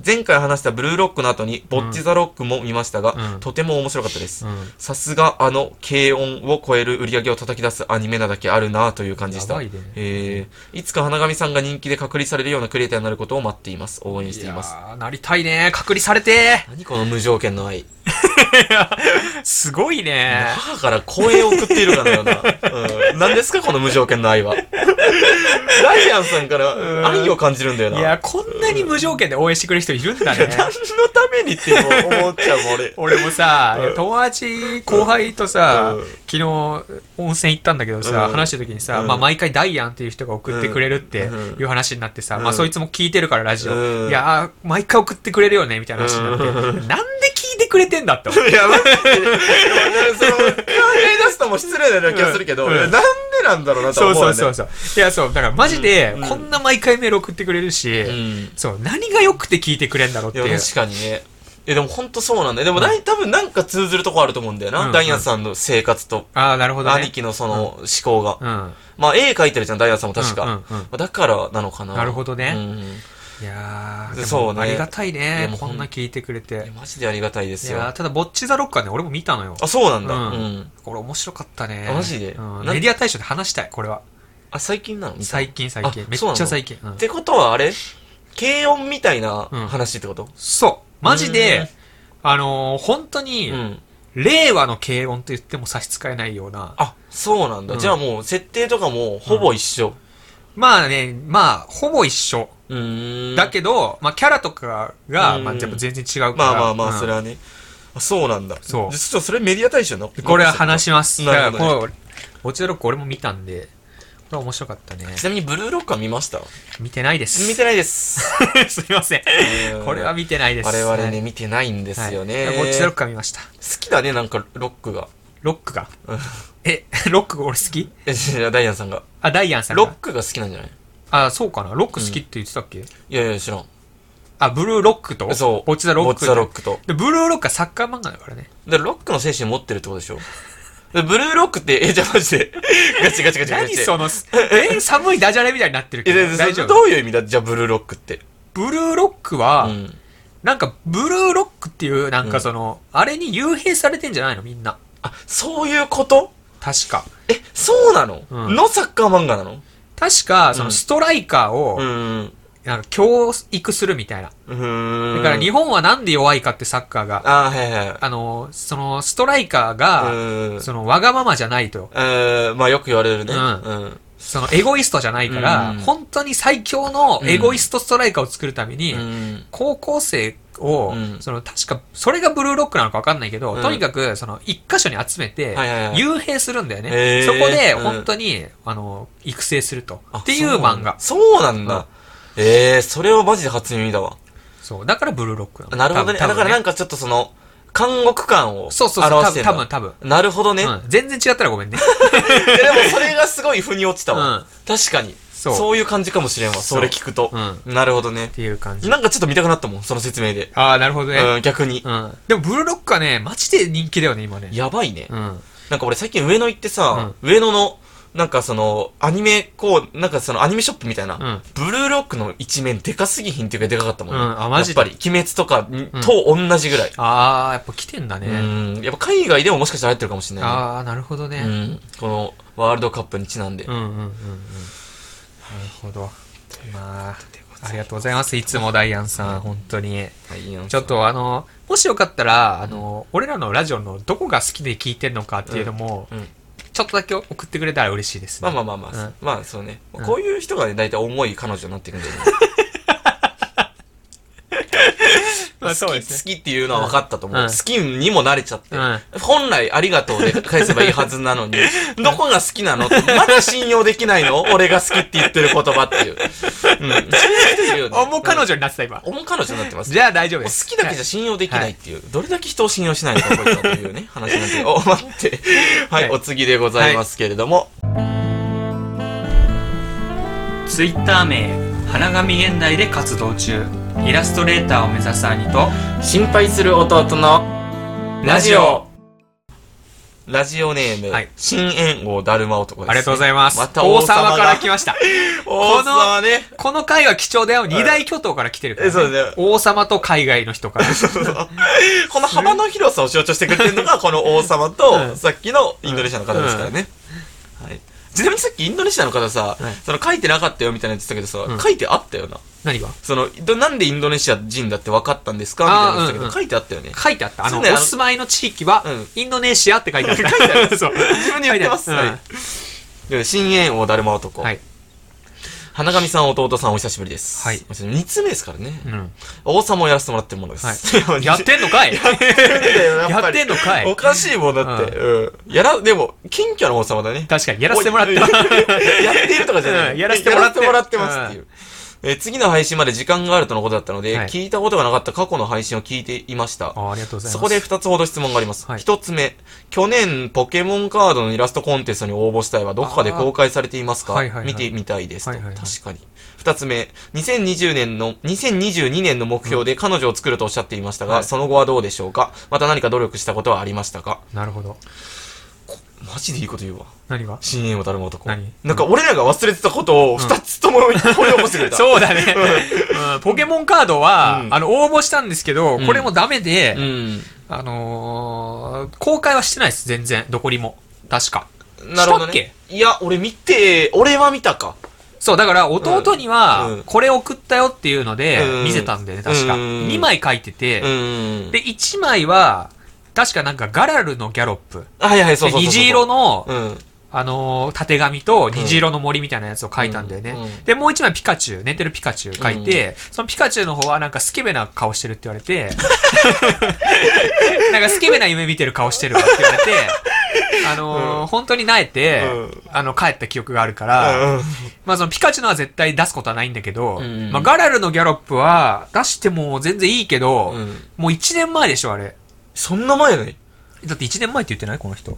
Speaker 2: 前回話したブルーロックの後に、ボッチ・ザ・ロックも見ましたが、
Speaker 1: うん
Speaker 2: とても面白かったです
Speaker 1: ん。。うん。
Speaker 2: さすが、あの、軽音を超える売り上げを叩き出すアニメなだけあるなという感じでした。
Speaker 1: やばいね
Speaker 2: えーいつか花神さんが人気で隔離されるようなクリエイターになることを待っています。応援しています。
Speaker 1: やーなりたいね。隔離されて。
Speaker 2: 何この無条件の愛。
Speaker 1: すごいね。
Speaker 2: 母から声を送っているかのような。うん、何ですかこの無条件の愛は。ライアンさんから愛を感じるんだよ
Speaker 1: い
Speaker 2: な。
Speaker 1: や、こんなに無条件で応援してくれる人いるんだね。
Speaker 2: 何のためにって思っちゃうもん俺。
Speaker 1: 俺もさ、友達、後輩とさ
Speaker 2: うん、
Speaker 1: 昨日温泉行ったんだけどさ、
Speaker 2: うん
Speaker 1: 話した時にさ、
Speaker 2: うん
Speaker 1: まあ毎回ダイアンっていう人が送ってくれるって
Speaker 2: うん
Speaker 1: いう話になってさ、
Speaker 2: うん
Speaker 1: まあそいつも聞いてるからラジオ、
Speaker 2: うん
Speaker 1: いやー、毎回送ってくれるよね、みたいな話になって、
Speaker 2: う
Speaker 1: なんで 聞いてくれてんだって思う。
Speaker 2: いや、待ってその、考え出すのも失礼なような気がするけど、
Speaker 1: うん
Speaker 2: なんでなんだろうなと
Speaker 1: そ
Speaker 2: は
Speaker 1: う
Speaker 2: 思うよ
Speaker 1: そう
Speaker 2: ね。
Speaker 1: そうそう。いや、そう、だからマジで
Speaker 2: う、ん
Speaker 1: こんな毎回メール送ってくれるし、
Speaker 2: うん
Speaker 1: そう、何が良くて聞いてくれんだろうって
Speaker 2: い
Speaker 1: い
Speaker 2: や
Speaker 1: う。
Speaker 2: 確かにねえでも本当そうなんだよでもな、多分なんか通ずるとこあると思うんだよな、
Speaker 1: うん
Speaker 2: ダイアンさんの生活と、
Speaker 1: ああ、なるほどね
Speaker 2: 兄。貴のその思考が、
Speaker 1: うん。
Speaker 2: まあ絵描いてるじゃんダイアンさんも確か、
Speaker 1: うんうんうん
Speaker 2: まあだからなのかな
Speaker 1: なるほどね
Speaker 2: うん
Speaker 1: いやー、でも
Speaker 2: そうね
Speaker 1: ありがたい
Speaker 2: いや
Speaker 1: ね
Speaker 2: も。う
Speaker 1: こ
Speaker 2: ほん
Speaker 1: んな聞いてくれ
Speaker 2: い
Speaker 1: て
Speaker 2: や。マジでありがたいで
Speaker 1: い
Speaker 2: すよ
Speaker 1: やーただ、ボッチザロックはね、俺も見たのよ。
Speaker 2: あそうなんだ、
Speaker 1: う
Speaker 2: うんん
Speaker 1: これ面白かったね。
Speaker 2: あマジで
Speaker 1: うん
Speaker 2: なん
Speaker 1: メディア大賞で話したい、これは。
Speaker 2: あ最近なの
Speaker 1: 最近、最近。
Speaker 2: あ
Speaker 1: めっち
Speaker 2: そうな
Speaker 1: ゃ
Speaker 2: の
Speaker 1: 最近。うん
Speaker 2: ってことはあれ軽音みたいな
Speaker 1: うん
Speaker 2: 話ってこと
Speaker 1: そう。マジ
Speaker 2: うん
Speaker 1: で、あのー、本当
Speaker 2: う
Speaker 1: に
Speaker 2: ん、、
Speaker 1: 令和の軽音と言っても差し支えないような。
Speaker 2: あそうなんだ、
Speaker 1: うん
Speaker 2: じゃあもう設定とかもほぼ一緒、
Speaker 1: まあね、まあ、ほぼ一緒。
Speaker 2: うーん
Speaker 1: だけど、まあ、キャラとかが、
Speaker 2: うん
Speaker 1: まあ、やっぱ全然違うから。
Speaker 2: まあまあまあ、それ
Speaker 1: は。
Speaker 2: はね。あそうなんだ。
Speaker 1: そう
Speaker 2: でちょっとそれメディア対象の
Speaker 1: これは話します。だか
Speaker 2: な
Speaker 1: ら、
Speaker 2: るほ
Speaker 1: こ
Speaker 2: どね
Speaker 1: れ、ボッチザロック俺も見たんで、これは面白かったね。
Speaker 2: ちなみにブルーロッカー見ました
Speaker 1: 見てないです。
Speaker 2: 見てないです。
Speaker 1: すいません。 これは見てないです。
Speaker 2: 我々ね、
Speaker 1: はい
Speaker 2: 見てないんですよね。
Speaker 1: はいボッチザロックは見ました。
Speaker 2: 好きだね、なんかロックが。
Speaker 1: ロックが。え、 ロック俺好き
Speaker 2: え、じゃあダイアンさんが。
Speaker 1: あ、ダイアンさんが。
Speaker 2: ロックが好きなんじゃない
Speaker 1: あ、そうかな。ロック好きって言ってたっけ、
Speaker 2: いやいや、知らん。
Speaker 1: あ、ブルーロックと
Speaker 2: そう。
Speaker 1: ボッチザロック。
Speaker 2: ボッチザロックと。
Speaker 1: で、ブルーロックはサッカー漫画だからね。
Speaker 2: で、ロックの精神持ってるってことでしょでブルーロックって、え、じゃあマジで。 ガチガチガチガチガ
Speaker 1: 何
Speaker 2: チ。
Speaker 1: その、え、寒いダジャレみたいになってるけ
Speaker 2: えで
Speaker 1: ど。
Speaker 2: で
Speaker 1: 大丈夫
Speaker 2: どういう意味だじゃあブルーロックって。
Speaker 1: ブルーロック
Speaker 2: う
Speaker 1: は、
Speaker 2: ん。
Speaker 1: なんか、ブルーロックっていう、なん
Speaker 2: う
Speaker 1: か
Speaker 2: ん
Speaker 1: その、あれに幽閉されてんじゃないのみんな。
Speaker 2: あ、そういうこと
Speaker 1: 確か。
Speaker 2: え、そうなの、
Speaker 1: うん
Speaker 2: のサッカー漫画なの
Speaker 1: 確か、そうの、
Speaker 2: ん
Speaker 1: ストライカーを、
Speaker 2: ん。
Speaker 1: なんか、教育するみたいな。
Speaker 2: だ
Speaker 1: だから日
Speaker 2: 本。
Speaker 1: 本はなんで弱いかってサッカーが、
Speaker 2: あーはいはいはい。
Speaker 1: あの、そのストライカー
Speaker 2: う
Speaker 1: が、
Speaker 2: ーん。
Speaker 1: そのわがままじゃないと、
Speaker 2: うーん。まあよく言われるね。
Speaker 1: う
Speaker 2: うんん。
Speaker 1: そのエゴイストじゃないから、
Speaker 2: うん
Speaker 1: 本当に最強のエゴイストストライカーを作るために、
Speaker 2: うん。
Speaker 1: 高校生を、
Speaker 2: うん
Speaker 1: その確か、それがブルーロックなのかわかんないけど、
Speaker 2: うん
Speaker 1: とにかくその一箇所に集めて、
Speaker 2: はいはいはい
Speaker 1: 幽閉するんだよね。
Speaker 2: へー
Speaker 1: そこで本当に、あの、育成すると。っていう漫画。
Speaker 2: そうなん
Speaker 1: うん
Speaker 2: だ。ええ、それはマジで初耳だわ。
Speaker 1: そう。だからブルーロックなの。
Speaker 2: なるほどね。
Speaker 1: 多
Speaker 2: だ
Speaker 1: 分
Speaker 2: からなんかちょっとその、監獄感を表
Speaker 1: そう
Speaker 2: して
Speaker 1: そうそう多分
Speaker 2: る
Speaker 1: 多分多分。
Speaker 2: なるほどね。いや
Speaker 1: うん全然違ったらご めんね。
Speaker 2: でもそれがすごい腑に落ちた
Speaker 1: うん
Speaker 2: わ。確かに。
Speaker 1: そう
Speaker 2: そういう感じかもしれんわ。
Speaker 1: そう
Speaker 2: それ聞くと。
Speaker 1: う
Speaker 2: なるほどね
Speaker 1: っ。ていう感じ。
Speaker 2: なんかちょっと見たくなったもん、その説明で。
Speaker 1: ああ、なるほどね。
Speaker 2: うん、逆に。
Speaker 1: うん。でも、ブルーロックはね、マジで人気だよね、今ね。
Speaker 2: やばいね
Speaker 1: う。ん。
Speaker 2: なんか俺最近上野行ってさ、上野の、なんかその、アニメ、こう、なんかそのアニメショップみたいな、
Speaker 1: うん
Speaker 2: ブルーロックの一面でかすぎひんっていうかでかかったもん、
Speaker 1: うんあマジで
Speaker 2: やっぱり、鬼滅とかにと同じぐらい。
Speaker 1: ああ、やっぱ来てんだ
Speaker 2: う
Speaker 1: ね。
Speaker 2: ん、やっぱ海外でももしかしたら流行ってるかもしれな
Speaker 1: ああ、なるほど
Speaker 2: いね。う
Speaker 1: ね。
Speaker 2: ん、このワールドカップにちなんで。
Speaker 1: うんうんうんうん。なるほど。まあ、ありがとうございます。いつもダイアンさん、本当に。
Speaker 2: はいいいな
Speaker 1: ちょっとあの、もしよかったら、あの、俺らのラジオのどこが好きで聞いてるのかっていうのも、
Speaker 2: うん、
Speaker 1: ちょっとだけ送ってくれたら嬉しいです
Speaker 2: ま
Speaker 1: ね。
Speaker 2: あまあまあまあ、
Speaker 1: うん
Speaker 2: まあそうね、
Speaker 1: うん
Speaker 2: こういう人がね、大体重い彼女になっていくんだよね。
Speaker 1: まあ
Speaker 2: 好き
Speaker 1: そうですね
Speaker 2: 好きっていうのは分かったと思う。
Speaker 1: うん
Speaker 2: 好きにも慣れちゃって、
Speaker 1: うん
Speaker 2: 本来ありがとうで返せばいいはずなのに、どこが好きなのってまだ信用できないの俺が好きって言ってる言葉っていう。うん。そういう人いるよね。
Speaker 1: あもう彼女になってた、今。
Speaker 2: うん。重彼女になってます。
Speaker 1: じゃあ大丈夫
Speaker 2: もう
Speaker 1: です。
Speaker 2: 好きだけじゃ信用できないっていう、どれだけ人を信用しないのかこいつはというね、話なん で、お、待って。はい、
Speaker 1: はい
Speaker 2: お次でございますけれども。
Speaker 1: はいツイッター名花神現代で活動中イラストレーターを目指す兄と
Speaker 2: 心配する弟の
Speaker 1: ラジオ
Speaker 2: ラジオネーム、
Speaker 1: はい
Speaker 2: 新援護だるま男です、
Speaker 1: ありがとうございます、
Speaker 2: また
Speaker 1: 大
Speaker 2: 王様
Speaker 1: 沢
Speaker 2: が
Speaker 1: から来ました
Speaker 2: 王様ね
Speaker 1: この回は貴重だよ二大巨頭から来てるから、ね、
Speaker 2: えそうだね
Speaker 1: 王様と海外の人から
Speaker 2: この幅の広さを象徴してくれてるのがこの王様と、
Speaker 1: うん
Speaker 2: さっきのインドネシアの方ですからね、はい、ちなみにさっきインドネシアの方さ、
Speaker 1: はい
Speaker 2: その書いてなかったよみたいなの言ってたけどさ、
Speaker 1: ん
Speaker 2: 書いてあったよな
Speaker 1: 何が
Speaker 2: そのどなんでインドネシア人だって分かったんですかみたいなの言ってたけど、
Speaker 1: あーうんうん
Speaker 2: 書いてあったよね
Speaker 1: 書いてあったあの、
Speaker 2: そうねあ
Speaker 1: お
Speaker 2: の
Speaker 1: 住まいの地域は、
Speaker 2: う
Speaker 1: インドネシアって書いてあった
Speaker 2: 書いてある
Speaker 1: そう
Speaker 2: 自分で言ってます、
Speaker 1: 書いてある
Speaker 2: はいで新縁王だるま男、
Speaker 1: はい、
Speaker 2: 花神さん弟さんお久しぶりです、
Speaker 1: はい
Speaker 2: 2つ目ですからね、
Speaker 1: うん、
Speaker 2: 王様をやらせてもらってるものです、
Speaker 1: やってんのかい
Speaker 2: や
Speaker 1: やってんのかい
Speaker 2: おかしいもんだって、うんやらでも謙虚な王様だね
Speaker 1: 確かにやらせてもらって
Speaker 2: おい
Speaker 1: る
Speaker 2: やっているとかじゃない、
Speaker 1: うんやらせてもらって
Speaker 2: やらせてもらってますっていう。えー次の配信まで時間があるとのことだったので、
Speaker 1: はい
Speaker 2: 聞いたことがなかった過去の配信を聞いていました。
Speaker 1: あありがとうございます
Speaker 2: そこで2つほど質問があります。
Speaker 1: はい
Speaker 2: 1つ目、去年ポケモンカードのイラストコンテストに応募したいはどこかで公開されていますか、
Speaker 1: あーはいはいはい
Speaker 2: 見てみたいですと、
Speaker 1: はいはいはい
Speaker 2: 確かに。2つ目、2020年の、2022年の目標で彼女を作るとおっしゃっていましたが、
Speaker 1: はい
Speaker 2: その後はどうでしょうかまた何か努力したことはありましたか
Speaker 1: なるほど
Speaker 2: マジでいいこと言うわ。
Speaker 1: 何が
Speaker 2: 深淵をたるむ男。
Speaker 1: 何
Speaker 2: なんか俺らが忘れてたことを二つとも掘り起こしてくれた。
Speaker 1: そうだね、うんポケモンカードは、
Speaker 2: うん
Speaker 1: あの応募したんですけど、
Speaker 2: うん
Speaker 1: これもダメで、
Speaker 2: うん。
Speaker 1: あのー公開はしてないです全然どこにも確か
Speaker 2: なるほ
Speaker 1: し
Speaker 2: ど
Speaker 1: たっ
Speaker 2: ね。いや、俺見て、俺は見たか。
Speaker 1: そうだから弟には、
Speaker 2: うん
Speaker 1: これ送ったよっていうので
Speaker 2: うん
Speaker 1: 見せたんだよね確か、
Speaker 2: うん
Speaker 1: 2枚書いてて、
Speaker 2: うん。
Speaker 1: で1枚は確かなんかガラルのギャロップ
Speaker 2: はいはい、そうそうそうそう。
Speaker 1: で虹色の、
Speaker 2: うん。
Speaker 1: あのー、縦紙と虹色の森みたいなやつを書いたんだよね。
Speaker 2: うんうん
Speaker 1: で、もう一枚ピカチュウ、寝てるピカチュウ書いて、そのピカチュウの方はなんかスケベな顔してるって言われて、 なんかスケベな夢見てる顔してるわって言われて、あのー本当に泣いて、
Speaker 2: う
Speaker 1: あの、帰った記憶があるから、
Speaker 2: うん
Speaker 1: まあそのピカチュウのは絶対出すことはないんだけど、
Speaker 2: うん
Speaker 1: まあガラルのギャロップは出しても全然いいけど、
Speaker 2: うん
Speaker 1: もう1年前でしょ、あれ。
Speaker 2: そんな前ない
Speaker 1: だって1年前って言ってないこの人。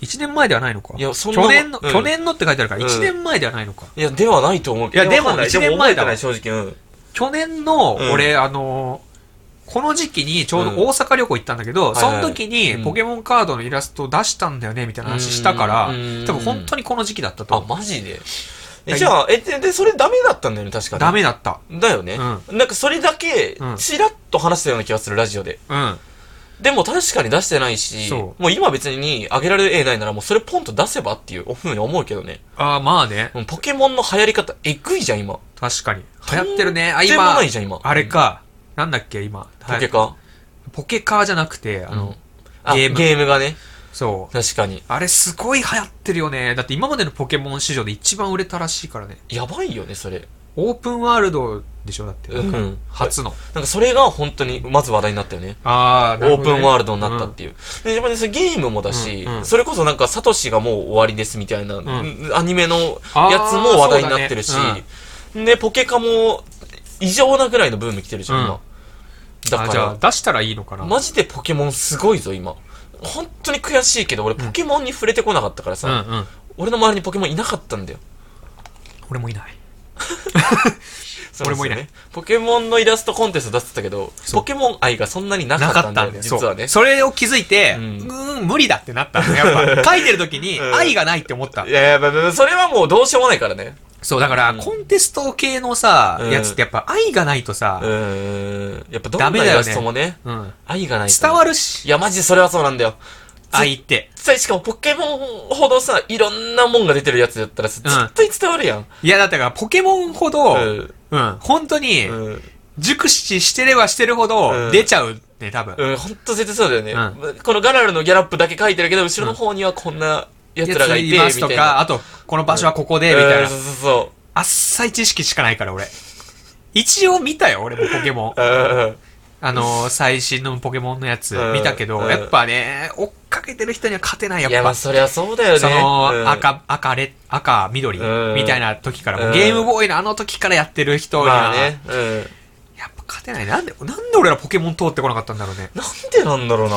Speaker 1: 1年前ではないのか。
Speaker 2: いやそんな
Speaker 1: 去年の、
Speaker 2: うん
Speaker 1: 去年のって書いてあるから、
Speaker 2: うん
Speaker 1: 1年前ではないのか。
Speaker 2: いや、ではないと思うけど。
Speaker 1: いやでもない
Speaker 2: で
Speaker 1: 一年前だ
Speaker 2: 覚えてない、正直。うん。
Speaker 1: 去年の、
Speaker 2: うん
Speaker 1: 俺、あのーこの時期にちょうど大阪旅行行ったんだけど、
Speaker 2: ん
Speaker 1: その時
Speaker 2: はいは
Speaker 1: に
Speaker 2: い
Speaker 1: ポケモンカードのイラストを出したんだよね、みたいな話したから、
Speaker 2: うん
Speaker 1: 多分本当にこの時期だったと
Speaker 2: あ、
Speaker 1: 思
Speaker 2: マジで。え、じゃあ、え、で、でそれダメだったんだよね、確か
Speaker 1: う。
Speaker 2: に。
Speaker 1: ダ。メだった。
Speaker 2: だよね。なんかそれだけ
Speaker 1: うん、
Speaker 2: ちらっと話したような気がする、ラジオで。
Speaker 1: うん。
Speaker 2: でも確かに出してないし、
Speaker 1: そう
Speaker 2: もう今別にあげられる絵ないならもうそれポンと出せばっていうふうに思うけどね。
Speaker 1: ああ、まあね。
Speaker 2: うんポケモンの流行り方、えぐいじゃん今。
Speaker 1: 確かに。流行ってるね。あ、
Speaker 2: とんでも
Speaker 1: 今
Speaker 2: ない、じゃん今。
Speaker 1: あれか。なんだっけ、今。
Speaker 2: ポケカ。
Speaker 1: ポケカーじゃなくて、あ
Speaker 2: あ
Speaker 1: の、
Speaker 2: の、あ
Speaker 1: ゲ
Speaker 2: ゲ
Speaker 1: ーム
Speaker 2: ームがね。
Speaker 1: そう。
Speaker 2: 確かに。
Speaker 1: あれすごい流行ってるよね。だって今までのポケモン史上で一番売れたらしいからね。
Speaker 2: やばいよね、それ。
Speaker 1: オープンワールドでしょだって。
Speaker 2: うん。
Speaker 1: 初の。
Speaker 2: なんかそれが本当にまず話題になったよね。
Speaker 1: ああ、
Speaker 2: オープンワールドになっ
Speaker 1: た
Speaker 2: たっていう。で、やっぱりそのゲームもだし、
Speaker 1: うんうん
Speaker 2: それこそなんかサトシがもう終わりですみたいな、
Speaker 1: ん
Speaker 2: アニメのやつも話題になってる
Speaker 1: あ
Speaker 2: し
Speaker 1: ーそうだね、
Speaker 2: で、ポケカも異常なぐらいのブーム来てるじゃん、
Speaker 1: うん
Speaker 2: 今。だ
Speaker 1: あ、じゃ
Speaker 2: か、
Speaker 1: あ出したらいいのからな。
Speaker 2: マジでポケモンすごいぞ、今。本当に悔しいけど、俺ポケモンに触れてこなかったか
Speaker 1: う
Speaker 2: ら
Speaker 1: んう
Speaker 2: さ、
Speaker 1: ん。
Speaker 2: 俺の周りにポケモンいなかったんだよ。
Speaker 1: 俺もいない。
Speaker 2: そうですよ
Speaker 1: 俺もいない
Speaker 2: ね。ポケモンのイラストコンテスト出してたけど、
Speaker 1: そう
Speaker 2: ポケモン愛がそんなになか
Speaker 1: な
Speaker 2: った
Speaker 1: か
Speaker 2: ん
Speaker 1: っ
Speaker 2: だ
Speaker 1: た
Speaker 2: よ
Speaker 1: ん
Speaker 2: ね、
Speaker 1: で。
Speaker 2: 実は
Speaker 1: そう。
Speaker 2: ね。
Speaker 1: それを気づいて、う
Speaker 2: うん
Speaker 1: ーん、無理だってなったの。や っぱ、書いてる時に
Speaker 2: うん
Speaker 1: 愛がないって思った
Speaker 2: い。やいや、まあまあそれはもうどうしようもないからね。
Speaker 1: そう、だから、コンテスト系のさ、
Speaker 2: うん
Speaker 1: やつってやっぱ愛がないと
Speaker 2: う
Speaker 1: さ、
Speaker 2: ーん。やっぱど
Speaker 1: ダ
Speaker 2: ん
Speaker 1: メ
Speaker 2: な
Speaker 1: だ
Speaker 2: イ
Speaker 1: よね
Speaker 2: ラストもね、
Speaker 1: うん。
Speaker 2: 愛がないと
Speaker 1: 伝わる
Speaker 2: い
Speaker 1: し、
Speaker 2: や、マジでそれはそうなんだよ。
Speaker 1: 愛って。
Speaker 2: 絶対、しかもポケモンほどさ、いろんなもんが出てるやつだったらさ、
Speaker 1: うん
Speaker 2: 絶対伝わるやん。
Speaker 1: いや、だってから、ポケモンほど、
Speaker 2: うん
Speaker 1: うん、本当に、
Speaker 2: うん。
Speaker 1: 熟知してればしてるほ
Speaker 2: う
Speaker 1: ど
Speaker 2: ん
Speaker 1: 出ちゃうね、多分。
Speaker 2: うん、ほんと絶対そうだよね。
Speaker 1: う
Speaker 2: このガラルのギャラップだけ書いてるけど、後ろの方にはこんな奴らがいて、み
Speaker 1: や
Speaker 2: た
Speaker 1: つますと
Speaker 2: い
Speaker 1: か、
Speaker 2: な。
Speaker 1: あと、この場所はここで、みたいな
Speaker 2: うんそう。そうそ
Speaker 1: あっさい知識しかないから、俺。一応見たよ、俺もポケ モン。
Speaker 2: う。うん。
Speaker 1: あのー、最新のポケモンのやつ
Speaker 2: うん
Speaker 1: 見たけ
Speaker 2: う
Speaker 1: ど、
Speaker 2: ん
Speaker 1: やっぱね、追っかけてる人には勝てない、や
Speaker 2: いや、
Speaker 1: っ
Speaker 2: まあ、
Speaker 1: ぱ。
Speaker 2: そりゃそうだよね。
Speaker 1: そ
Speaker 2: うん
Speaker 1: の、、赤、赤、レ、赤、緑、
Speaker 2: うん
Speaker 1: みたいな時から、もう
Speaker 2: うん
Speaker 1: ゲームボーイのあの時からやってる人に
Speaker 2: まあ
Speaker 1: は、
Speaker 2: ね。うん。
Speaker 1: やっぱ勝てない。なんで、なんで俺らポケモン通ってこなかったんだろうね。
Speaker 2: なんでなんだろうな。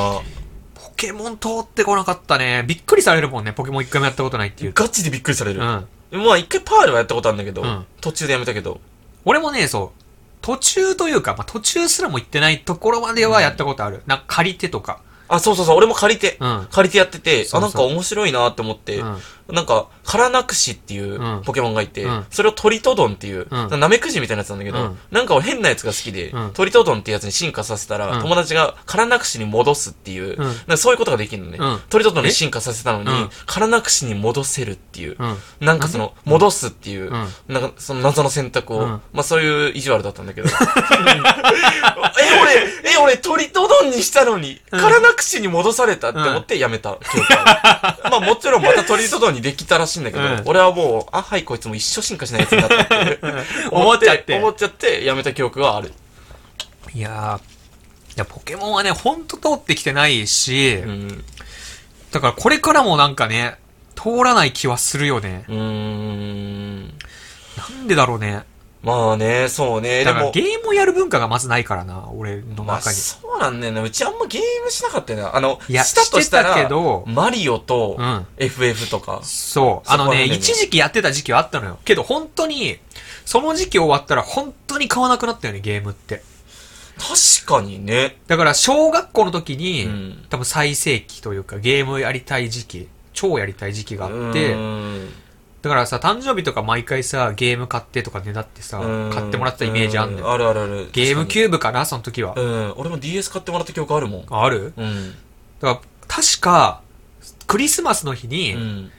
Speaker 1: ポケモン通ってこなかったね。びっくりされるもんね、ポケモン一回もやったことないっていうと。
Speaker 2: ガチでびっくりされる。
Speaker 1: うん。
Speaker 2: まあ一回パールはやったことあるんだけど、
Speaker 1: うん
Speaker 2: 途中でやめたけど。
Speaker 1: 俺もね、そう、途中というか、まあ、途中すらも行ってないところまではやったことある。なんか借りてとか。
Speaker 2: あ、そうそうそう、俺も借りて、
Speaker 1: うん
Speaker 2: 借りてやってて、
Speaker 1: そうそう
Speaker 2: あ、なんか面白いなって思って、
Speaker 1: うん
Speaker 2: なんか、カラナクシっていう
Speaker 1: うん
Speaker 2: ポケモンがいて、
Speaker 1: うん
Speaker 2: それをトリトドンっていう、
Speaker 1: うん
Speaker 2: ナメクジみたいなやつなんだけど、
Speaker 1: うん
Speaker 2: なんか俺変なやつが好きで、
Speaker 1: うん
Speaker 2: トリトドンってやつに進化させたら、
Speaker 1: うん
Speaker 2: 友達がカラナクシに戻すっていう、
Speaker 1: うん
Speaker 2: なんかそういうことができるのね、
Speaker 1: うん
Speaker 2: トリトドンに進化させたのに、
Speaker 1: うん
Speaker 2: カラナクシに戻せるって いう、
Speaker 1: うん。
Speaker 2: なんかその、戻すっていう、
Speaker 1: ん
Speaker 2: なんかその謎の選択を、
Speaker 1: うん
Speaker 2: まあそういう意地悪だったん だけど。え、俺、え、俺、鳥とどんにしたのに、
Speaker 1: うん
Speaker 2: からなくしに戻されたって思ってやめた、記憶 あるまあもちろんまた鳥とどんにできたらしいんだけど、
Speaker 1: うん
Speaker 2: 俺はもう、あ、はい、こいつもう一生進化しないやつになったっていう
Speaker 1: 思っちゃって
Speaker 2: 思っちゃってやめた記憶がある。
Speaker 1: いやー、いや、ポケモンはね、ほんと通ってきてないし、
Speaker 2: うん。
Speaker 1: だからこれからもなんかね、通らない気はするよね。
Speaker 2: うーん。
Speaker 1: なんでだろうね。
Speaker 2: まあね、そうね。で
Speaker 1: だから
Speaker 2: も、
Speaker 1: ゲームをやる文化がまずないからな、俺の
Speaker 2: まあ
Speaker 1: 中に。
Speaker 2: そうなんだよな。うちあんまゲームしなかったよな。あの、
Speaker 1: いや
Speaker 2: したとしたら、
Speaker 1: してたけど
Speaker 2: マリオと、
Speaker 1: うん。
Speaker 2: FF とか。
Speaker 1: そう。あの
Speaker 2: そこは
Speaker 1: ね、
Speaker 2: ね
Speaker 1: 一時期やってた時期はあったのよ。けど本当に、その時期終わったら本当に買わなくなったよね、ゲームって。
Speaker 2: 確かにね。
Speaker 1: だから小学校の時に、
Speaker 2: うん
Speaker 1: 多分最盛期というかゲームやりたい時期、超やりたい時期があって、
Speaker 2: うん
Speaker 1: だからさ、誕生日とか毎回さ、ゲーム買ってとかねだってさ
Speaker 2: うん、
Speaker 1: 買ってもらってたイメージあんだ
Speaker 2: う
Speaker 1: よ。
Speaker 2: あるあるある。
Speaker 1: ゲームキ
Speaker 2: ュ
Speaker 1: ューブかな、その時は。
Speaker 2: うん。俺も DS 買ってもらった記憶あるもん。
Speaker 1: ある
Speaker 2: うん。
Speaker 1: だから、確か、クリスマスの日に、
Speaker 2: うん。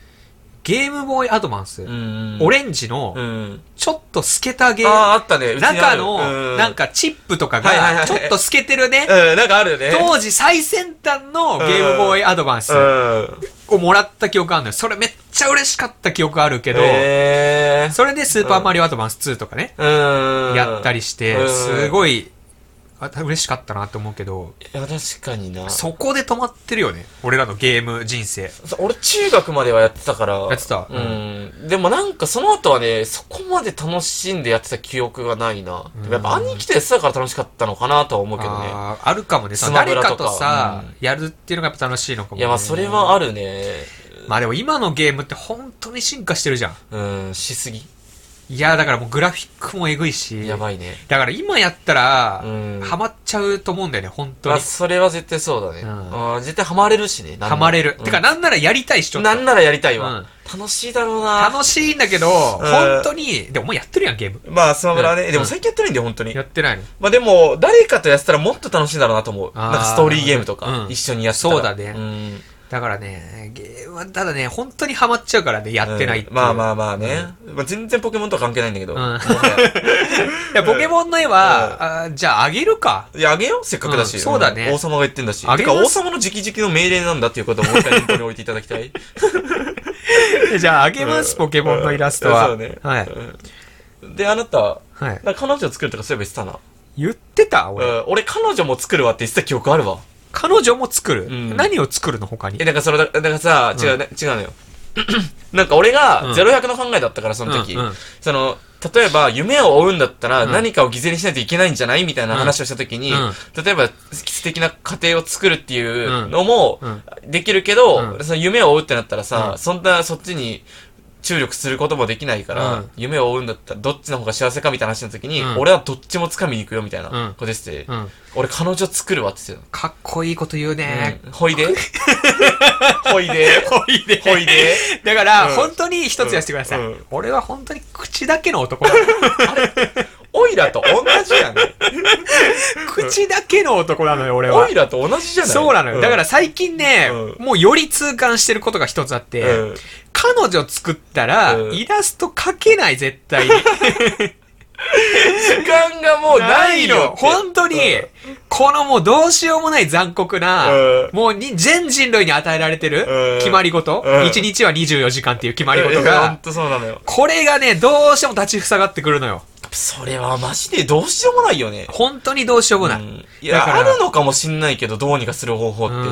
Speaker 1: ゲームボーイアドバンス、
Speaker 2: うん。
Speaker 1: オレンジ
Speaker 2: う
Speaker 1: の、
Speaker 2: ん。
Speaker 1: ちょっと透けたゲーム、
Speaker 2: ああー、あったね。うちにある
Speaker 1: 中の、なん、かチップとか
Speaker 2: はいはいは
Speaker 1: が、
Speaker 2: い
Speaker 1: ちょっと透けてるね
Speaker 2: う。んうん、なんかあるよね。
Speaker 1: 当時最先端のゲームボーイアドバンス
Speaker 2: うん。
Speaker 1: をもらった記憶あるのよ。それめっちゃ嬉しかった記憶あるけど、
Speaker 2: へー
Speaker 1: それでスーパーマリオアドバンス2とかね、
Speaker 2: うん。
Speaker 1: やったり
Speaker 2: し
Speaker 1: して、
Speaker 2: うん
Speaker 1: すごい、あ嬉しかったなって思うけど、
Speaker 2: いや、確かにな。そ
Speaker 1: そこで止まってるよね。俺らのゲーム人生。
Speaker 2: 俺、中学まではやってたから。
Speaker 1: やってた
Speaker 2: う。
Speaker 1: うん
Speaker 2: でもなんか、その後はね、そこまで楽しんでやってた記憶がないな。
Speaker 1: うん
Speaker 2: でもやっぱ、兄貴とやってたから楽しかったのかなとは思うけどね。
Speaker 1: あーあるかもね。さ
Speaker 2: スマブ
Speaker 1: 誰
Speaker 2: ラと
Speaker 1: か
Speaker 2: か
Speaker 1: とさ、
Speaker 2: うん
Speaker 1: やるっていうのがやっぱ楽しいのかも、ね。
Speaker 2: いや、まあ、それはあるね。
Speaker 1: まあでも今のゲームって本当に進化してるじゃん。
Speaker 2: うん、しすぎ。
Speaker 1: いや、だからもうグラフィックもえぐいし。
Speaker 2: やばいね。
Speaker 1: だから今やったら、
Speaker 2: うん
Speaker 1: ハマっちゃうと思うんだよね、本当
Speaker 2: まあ、
Speaker 1: に。
Speaker 2: それは絶対そうだね。
Speaker 1: うん
Speaker 2: うん、絶対ハマれるしね。なんなら
Speaker 1: ハマれる。
Speaker 2: うん
Speaker 1: てか、なんならやりたいし、ちょっと。
Speaker 2: なんならやりたいわ。楽しいだろうな。
Speaker 1: 楽しいんだけど、本当に、でももうやってるやん、ゲーム。
Speaker 2: まあ、スマブラは
Speaker 1: う
Speaker 2: ね。
Speaker 1: ん
Speaker 2: でも最近やってないんだよ、本当に
Speaker 1: や。ってないの。
Speaker 2: まあでも、誰かとやってたらもっと楽しいだろうなと思う。
Speaker 1: あ
Speaker 2: なん
Speaker 1: ー
Speaker 2: かストーリーゲームとか
Speaker 1: う、ん
Speaker 2: 一緒にやってたら。
Speaker 1: そうだね
Speaker 2: ん
Speaker 1: だからね、ゲームは、ただね、本当にハマっちゃうからね、やってないっていう、
Speaker 2: うんまあまあまあね。まあ全然ポケモンとは関係ないんだけど。
Speaker 1: うん。いや、ポケモンの絵は、あーじゃああげるか。
Speaker 2: いや、あ げようせっかくだし。
Speaker 1: うんそうだね
Speaker 2: ん王様が言ってんだし。
Speaker 1: あげ
Speaker 2: てか
Speaker 1: ます
Speaker 2: 王様の直々の命令なんだっていうことをもう一回念頭に置いていただき たい。
Speaker 1: じゃああげます、ポケモンのイラストは。
Speaker 2: うんそうね。
Speaker 1: はい。
Speaker 2: うん。で、あなた、
Speaker 1: はい。
Speaker 2: なんか彼女を作るとかそういえば言ってたな。
Speaker 1: 言ってた
Speaker 2: う
Speaker 1: 俺、
Speaker 2: ん、俺、彼女も作るわって言ってた記憶あるわ。
Speaker 1: 彼女も作る、
Speaker 2: うん
Speaker 1: 何を作るの他に
Speaker 2: え、。なんかそれ、だだからさ、違う、ね違うのよ。 なんか俺
Speaker 1: う
Speaker 2: が
Speaker 1: ん
Speaker 2: 0100の考えだったから、その時。
Speaker 1: うんうん
Speaker 2: その、例えば、夢を追うんだったら
Speaker 1: ん
Speaker 2: 何かを犠牲にしないといけないんじゃないみたいな話をした時に、
Speaker 1: うん
Speaker 2: 例えば、素敵な家庭を作るっていうのも
Speaker 1: うん、
Speaker 2: できるけど、
Speaker 1: うん
Speaker 2: その夢を追うってなったらさ、
Speaker 1: うん
Speaker 2: そんな、そっちに、注力することもできないから、
Speaker 1: うん
Speaker 2: 夢を追うんだったら、どっちの方が幸せかみたいな話の時に、
Speaker 1: うん
Speaker 2: 俺はどっちも掴みに行くよみたい
Speaker 1: うん
Speaker 2: な子でして、
Speaker 1: うん。
Speaker 2: 俺彼女作るわって言って
Speaker 1: かっこいいこと言う
Speaker 2: たの
Speaker 1: ね。
Speaker 2: ほいでほいで
Speaker 1: ほいで
Speaker 2: ほいで
Speaker 1: だから、
Speaker 2: うん
Speaker 1: 本当に一つ言わせてください、
Speaker 2: うん
Speaker 1: 俺は本当に口だけの男な の。
Speaker 2: オイラと同じやね
Speaker 1: 口だけの男なのよ、俺
Speaker 2: オ
Speaker 1: は
Speaker 2: イ。ラと同じじゃない
Speaker 1: そうなのよ。だから、最近ね、
Speaker 2: う
Speaker 1: もうより痛感してることが一つあって、
Speaker 2: うん
Speaker 1: 彼女作ったら、
Speaker 2: うん
Speaker 1: イラスト描けない、絶 対に。
Speaker 2: 時間がもうないよ。
Speaker 1: 本当に、
Speaker 2: うん
Speaker 1: このもうどうしようもない残酷な、
Speaker 2: うん
Speaker 1: もうに全人類に与えられてる
Speaker 2: うん
Speaker 1: 決まり事、
Speaker 2: うん
Speaker 1: 一 ?1 日は24時間っていう決まり事
Speaker 2: いやほん
Speaker 1: が、
Speaker 2: とそうなのよ。
Speaker 1: これがね、どうしても立ち塞がってくるのよ。
Speaker 2: それはマジでどうしようもないよね。
Speaker 1: 本当にどうしようもない。
Speaker 2: うんい
Speaker 1: だか
Speaker 2: や、
Speaker 1: ら
Speaker 2: あるのかもしんないけど、どうにかする方法って。
Speaker 1: うん
Speaker 2: い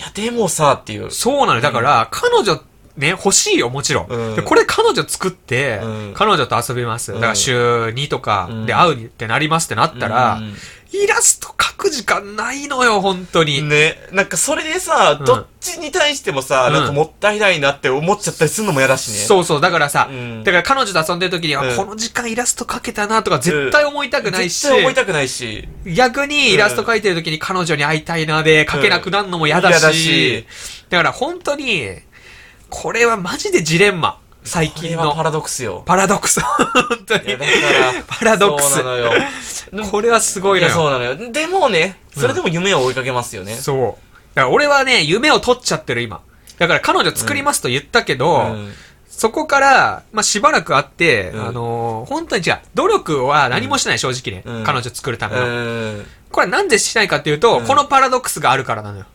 Speaker 2: や、でもさ、っていう。
Speaker 1: そうなのよ。だから、彼女ね、欲しいよ、もちろん。
Speaker 2: うん
Speaker 1: でこれ彼女作って、
Speaker 2: うん
Speaker 1: 彼女と遊びます。だか
Speaker 2: う
Speaker 1: ら
Speaker 2: ん
Speaker 1: 週2とかで会うってなりますってなったら、
Speaker 2: うん
Speaker 1: イラスト描く時間ないのよ、本当に。
Speaker 2: ね、なんかそれでさ、
Speaker 1: うん
Speaker 2: どっちに対してもさ、
Speaker 1: うん
Speaker 2: なんかもったいないなって思っちゃったりするのも嫌だしね。
Speaker 1: そうそう、だからさ、
Speaker 2: うん
Speaker 1: だから彼女と遊んでる時には、
Speaker 2: うん
Speaker 1: この時間イラスト描けたなとか絶対思いたくないし、
Speaker 2: 絶対思いたくないし。
Speaker 1: 逆にイラスト描いてる時に彼女に会いたいなで描けなくなるのも嫌だ
Speaker 2: うん嫌だ
Speaker 1: し
Speaker 2: し、
Speaker 1: だから本当に、これはマジでジレンマ。最
Speaker 2: これ
Speaker 1: 近
Speaker 2: はパ
Speaker 1: の
Speaker 2: ラドックスよ。
Speaker 1: パラドックス。本当
Speaker 2: い
Speaker 1: に
Speaker 2: や、だ。 から、
Speaker 1: パラドックス
Speaker 2: そうなのよ。
Speaker 1: これはすごい
Speaker 2: い
Speaker 1: の
Speaker 2: や、
Speaker 1: よ。
Speaker 2: そうなのよ。でもね、それでも夢を追いかけますよね。
Speaker 1: そう。だから俺はね、夢を取っちゃってる今。だから彼女作りますと言ったけど、
Speaker 2: うん
Speaker 1: そこから、まあ、しばらくあって、
Speaker 2: うん
Speaker 1: あのー本当にじゃあ、努力は何もしない、正直ね、
Speaker 2: うん
Speaker 1: 彼女作るための。
Speaker 2: うん。
Speaker 1: これはなんでしないかっていうと、
Speaker 2: うん
Speaker 1: このパラドックスがあるからなのよ。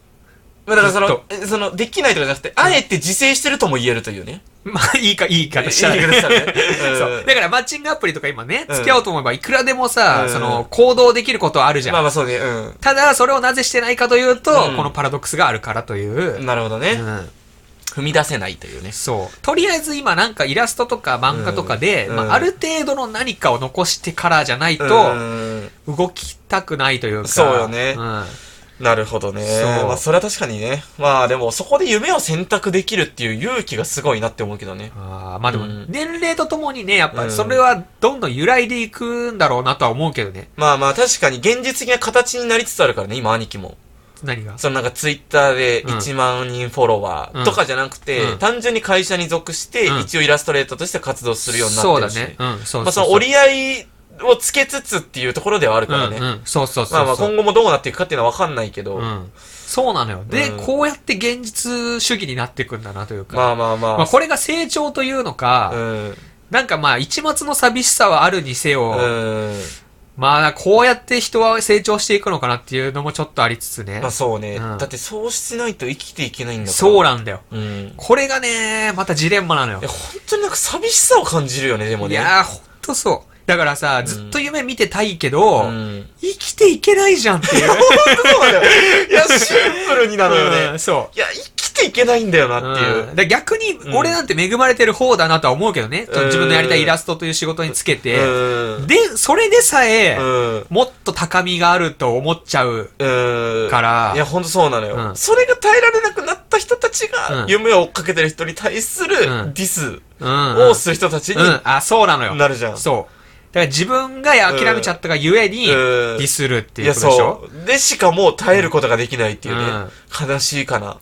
Speaker 2: まあだからそ
Speaker 1: ずっ
Speaker 2: の
Speaker 1: と、
Speaker 2: えその、できないとかじゃなくて、あえて自制してるとも言えるというね。
Speaker 1: まあ、いいか、いい方したら
Speaker 2: いい言い方したらねう ん
Speaker 1: そう。だから、マッチングアプリとか今ね、
Speaker 2: うん
Speaker 1: 付き合おうと思えば、いくらでもさ、
Speaker 2: うん
Speaker 1: その、行動できることはあるじゃん。
Speaker 2: まあまあそうね、う
Speaker 1: ただ、それをなぜしてないかというと、
Speaker 2: うん
Speaker 1: このパラドックスがあるからという。
Speaker 2: ん。なるほど
Speaker 1: う
Speaker 2: ね。
Speaker 1: ん
Speaker 2: 踏み出せないというね。
Speaker 1: そう。とりあえず今なんかイラストとか漫画とかで、
Speaker 2: うん
Speaker 1: ま
Speaker 2: うん
Speaker 1: あ、ある程度の何かを残してからじゃないと、
Speaker 2: と、
Speaker 1: 動きたくないというか。
Speaker 2: そうよね
Speaker 1: うん。
Speaker 2: なるほどね。
Speaker 1: そう
Speaker 2: まあ、それは確かにね。まあ、でも、そこで夢を選択できるっていう勇気がすごいなって思うけどね。
Speaker 1: あーまあでも
Speaker 2: うん、
Speaker 1: 年齢とともにね、やっぱ
Speaker 2: う
Speaker 1: り
Speaker 2: ん
Speaker 1: それはどんどん揺らいでいくんだろうなとは思うけどね。
Speaker 2: まあまあ、確かに現実的な形になりつつあるからね、今、兄貴も。
Speaker 1: 何が。
Speaker 2: そのなんか、ツイッターで
Speaker 1: うん
Speaker 2: 1万人フォロワ
Speaker 1: うん
Speaker 2: ーとかじゃなくて、
Speaker 1: うん
Speaker 2: 単純に会社に属して、
Speaker 1: うん
Speaker 2: 一応イラストレーターとして活動するようになっ
Speaker 1: そう
Speaker 2: て
Speaker 1: だ
Speaker 2: るし。
Speaker 1: ね。うん、そう
Speaker 2: まあ、その折り合いをつけつつっていうところではあるからね。
Speaker 1: うん、うん、そうそうそうそう。
Speaker 2: まあまあ、今後もどうなっていくかっていうのはわかんないけど。
Speaker 1: うん。そうなのよ。で、
Speaker 2: うん
Speaker 1: こうやって現実主義になっていくんだなというか。
Speaker 2: まあまあまあ。
Speaker 1: まあこれが成長というのか、
Speaker 2: うん。
Speaker 1: なんかまあ一末の寂しさはあるにせよ、
Speaker 2: うん。
Speaker 1: まあこうやって人は成長していくのかなっていうのもちょっとありつつね
Speaker 2: まあ。そうね。
Speaker 1: うん
Speaker 2: だってそうしないと生きていけないんだから。
Speaker 1: そうなんだよ。
Speaker 2: うん。
Speaker 1: これがね、またジレンマなのよ
Speaker 2: え、。本当になんか寂しさを感じるよね、でも
Speaker 1: い
Speaker 2: ね。
Speaker 1: やー、ほんとそう。だからさ、ずっと夢見てたいけど、
Speaker 2: うん。
Speaker 1: 生きていけないじゃんっていう。
Speaker 2: そうなんだ よ。いや、シンプルになるよね。
Speaker 1: うん そう。
Speaker 2: いや、生きていけないんだよなっていう。
Speaker 1: うんで逆に、
Speaker 2: ん
Speaker 1: 俺なんて恵まれてる方だなとは思うけどね。
Speaker 2: うん
Speaker 1: 自分のやりたいイラストという仕事につけて。
Speaker 2: うん。
Speaker 1: で、それでさえ、
Speaker 2: うん。
Speaker 1: もっと高みがあると思っちゃう
Speaker 2: うん。
Speaker 1: から
Speaker 2: いや、ほんとそうなのよ、
Speaker 1: うん
Speaker 2: それが耐えられなくなった人たち
Speaker 1: う
Speaker 2: が
Speaker 1: ん、
Speaker 2: 夢を追っかけてる人に対する
Speaker 1: うん
Speaker 2: ディス
Speaker 1: うんうん
Speaker 2: をする人たちに
Speaker 1: うん、あ、そうなのよ。
Speaker 2: なるじゃん。
Speaker 1: そう。だから自分が諦めちゃったがゆえに、
Speaker 2: うん
Speaker 1: ディスるって
Speaker 2: い
Speaker 1: いう
Speaker 2: や、
Speaker 1: ことでしょ
Speaker 2: そう。でしかもう耐えることができないっていうね。悲しいかな。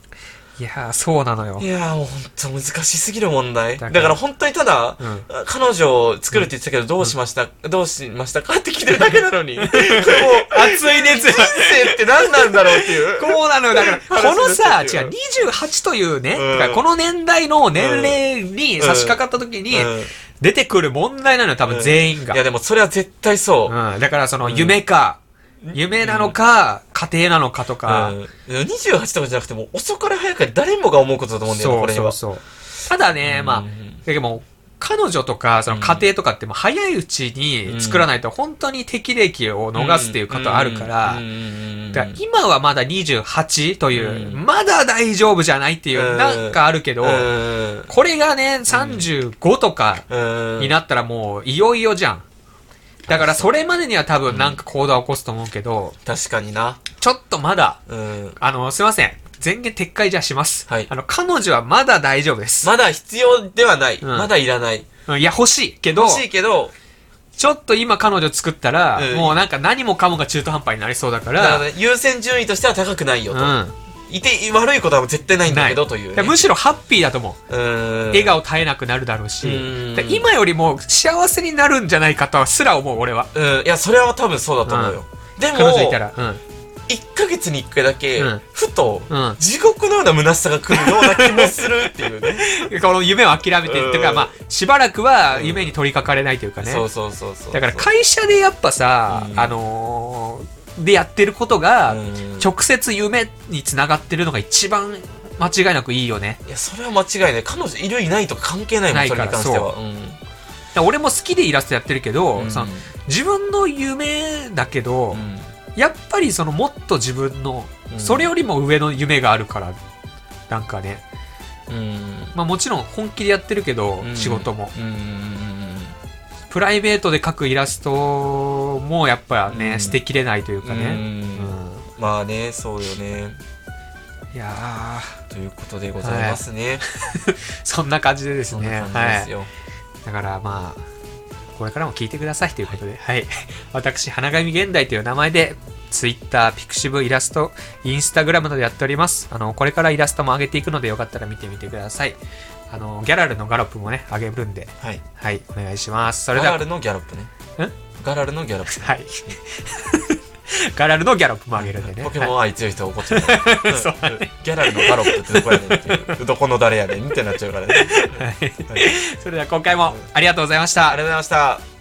Speaker 1: いやー、そうなのよ
Speaker 2: い。やーもうほんと難しすぎる問題。
Speaker 1: だか
Speaker 2: だ
Speaker 1: ら
Speaker 2: から本当にただ、
Speaker 1: うん
Speaker 2: 彼女を作るって言ってたけど、どうしました、どうしましたかって聞いてるだけな のに。これもう、
Speaker 1: 熱い熱
Speaker 2: 人生って何なんだろうっていう。
Speaker 1: こうなのよ。だから、
Speaker 2: 話
Speaker 1: このさ、
Speaker 2: ですよ
Speaker 1: 違う、28というね、
Speaker 2: うん
Speaker 1: だからこの年代の年齢に差し掛かった時に、
Speaker 2: うん
Speaker 1: 出てくる問題なのよ、多分全員が
Speaker 2: い。やでもそれは絶対そう。
Speaker 1: うん、だからその、夢か、夢なのか、家庭なのかとか、
Speaker 2: うん28とかじゃなくてもう遅から早から誰もが思うことだと思うんだよな、
Speaker 1: そ
Speaker 2: こ
Speaker 1: う
Speaker 2: れ
Speaker 1: そう
Speaker 2: は。
Speaker 1: そう。ただね、
Speaker 2: うん
Speaker 1: まあ、でも、彼女とか、その家庭とかって、もう早いうちに作らないと、本当に適齢期を逃すっていうことあるから
Speaker 2: うん、うん
Speaker 1: だから今はまだ28という、
Speaker 2: うん
Speaker 1: まだ大丈夫じゃないっていう、
Speaker 2: うん
Speaker 1: なんかあるけど、
Speaker 2: うん
Speaker 1: これがね、35とか
Speaker 2: うん
Speaker 1: になったらもう、いよいよじゃん。だから、それまでには多分なんか行動は起こすと思うけど、
Speaker 2: 確かにな。
Speaker 1: ちょっとまだ、
Speaker 2: うん
Speaker 1: あの、すいません。全言撤回じゃします。
Speaker 2: はい
Speaker 1: あの、彼女はまだ大丈夫です。
Speaker 2: まだ必要ではない。
Speaker 1: ん
Speaker 2: まだいらない。
Speaker 1: うんいや、欲しいけど、
Speaker 2: 欲しいけど、
Speaker 1: ちょっと今彼女作ったら、
Speaker 2: うん
Speaker 1: もうなんか何もかもが中途半端になりそうだか、。
Speaker 2: だかららね優先順位としては高くないよと。いて、悪いことは絶対ないんだけどといううん
Speaker 1: だ
Speaker 2: ね、
Speaker 1: からむしろハッピーだと思う。
Speaker 2: うん。
Speaker 1: 笑顔絶えなくなるだろうし、
Speaker 2: うん
Speaker 1: だから今よりも幸せになるんじゃないかとはすら思う、俺は。
Speaker 2: うん。いや、それは多分そうだと思うよ。でも
Speaker 1: 彼、女いたら。うん。
Speaker 2: 1ヶ月に1回だけ、
Speaker 1: うん
Speaker 2: ふと、
Speaker 1: うん
Speaker 2: 地獄のような虚しさが来るような気もするっていうね。
Speaker 1: この夢を諦めて、
Speaker 2: うん
Speaker 1: というか、まあ、しばらくは夢に取りかかれないというかね。
Speaker 2: そうそうそうそう。
Speaker 1: だから会社でやっぱさ、
Speaker 2: うん
Speaker 1: あのーでやってることが、
Speaker 2: うん
Speaker 1: 直接夢につながってるのが一番間違いなくいいよね。
Speaker 2: いや、それは間違いない。彼女いるいないとか関係ないも、
Speaker 1: なんい
Speaker 2: そ
Speaker 1: か
Speaker 2: れ
Speaker 1: ら
Speaker 2: に関しては。うん
Speaker 1: だから俺も好きでイラストやってるけど、
Speaker 2: うん
Speaker 1: その自分の夢だけど、
Speaker 2: うん
Speaker 1: やっぱりそのもっと自分の、
Speaker 2: うん
Speaker 1: それよりも上の夢があるから、なんかね、
Speaker 2: うん。
Speaker 1: まあもちろん本気でやってるけど、仕事も。
Speaker 2: うん。うん。
Speaker 1: プライベートで描くイラストもやっぱね、
Speaker 2: うん
Speaker 1: 捨てきれないという
Speaker 2: う
Speaker 1: か
Speaker 2: ん
Speaker 1: ね。うん
Speaker 2: まあね、そうよね。
Speaker 1: いや
Speaker 2: ということでございますね。
Speaker 1: ー、そんな感じでです
Speaker 2: そん
Speaker 1: ね。
Speaker 2: な感じ
Speaker 1: は
Speaker 2: です
Speaker 1: い。
Speaker 2: よ。
Speaker 1: だからまあ、これからも聞いてくださいということで、はい。 私、花神現代という名前で、ツイッター、ピクシブ、イラスト、インスタグラムなどやっております。あの、これからイラストも上げていくので、よかったら見てみてください。あの、ギャラルのガロップもね、上げるんで、
Speaker 2: はい。
Speaker 1: はい、お願いします。それ
Speaker 2: ガ
Speaker 1: で
Speaker 2: ラ
Speaker 1: は、
Speaker 2: ルのギャラップね。
Speaker 1: え
Speaker 2: ガラルのギャラップ。
Speaker 1: はい。 ガラルのギャロップも上げるんでね。
Speaker 2: ポケ
Speaker 1: は
Speaker 2: モ
Speaker 1: い
Speaker 2: ン愛強い人は怒ってる。
Speaker 1: そうだ
Speaker 2: んギャラルのガロップってどこやねんっていう。どこの誰やねんってなっちゃうからね。
Speaker 1: それでは今回もありがとうございました
Speaker 2: ありがとうございました。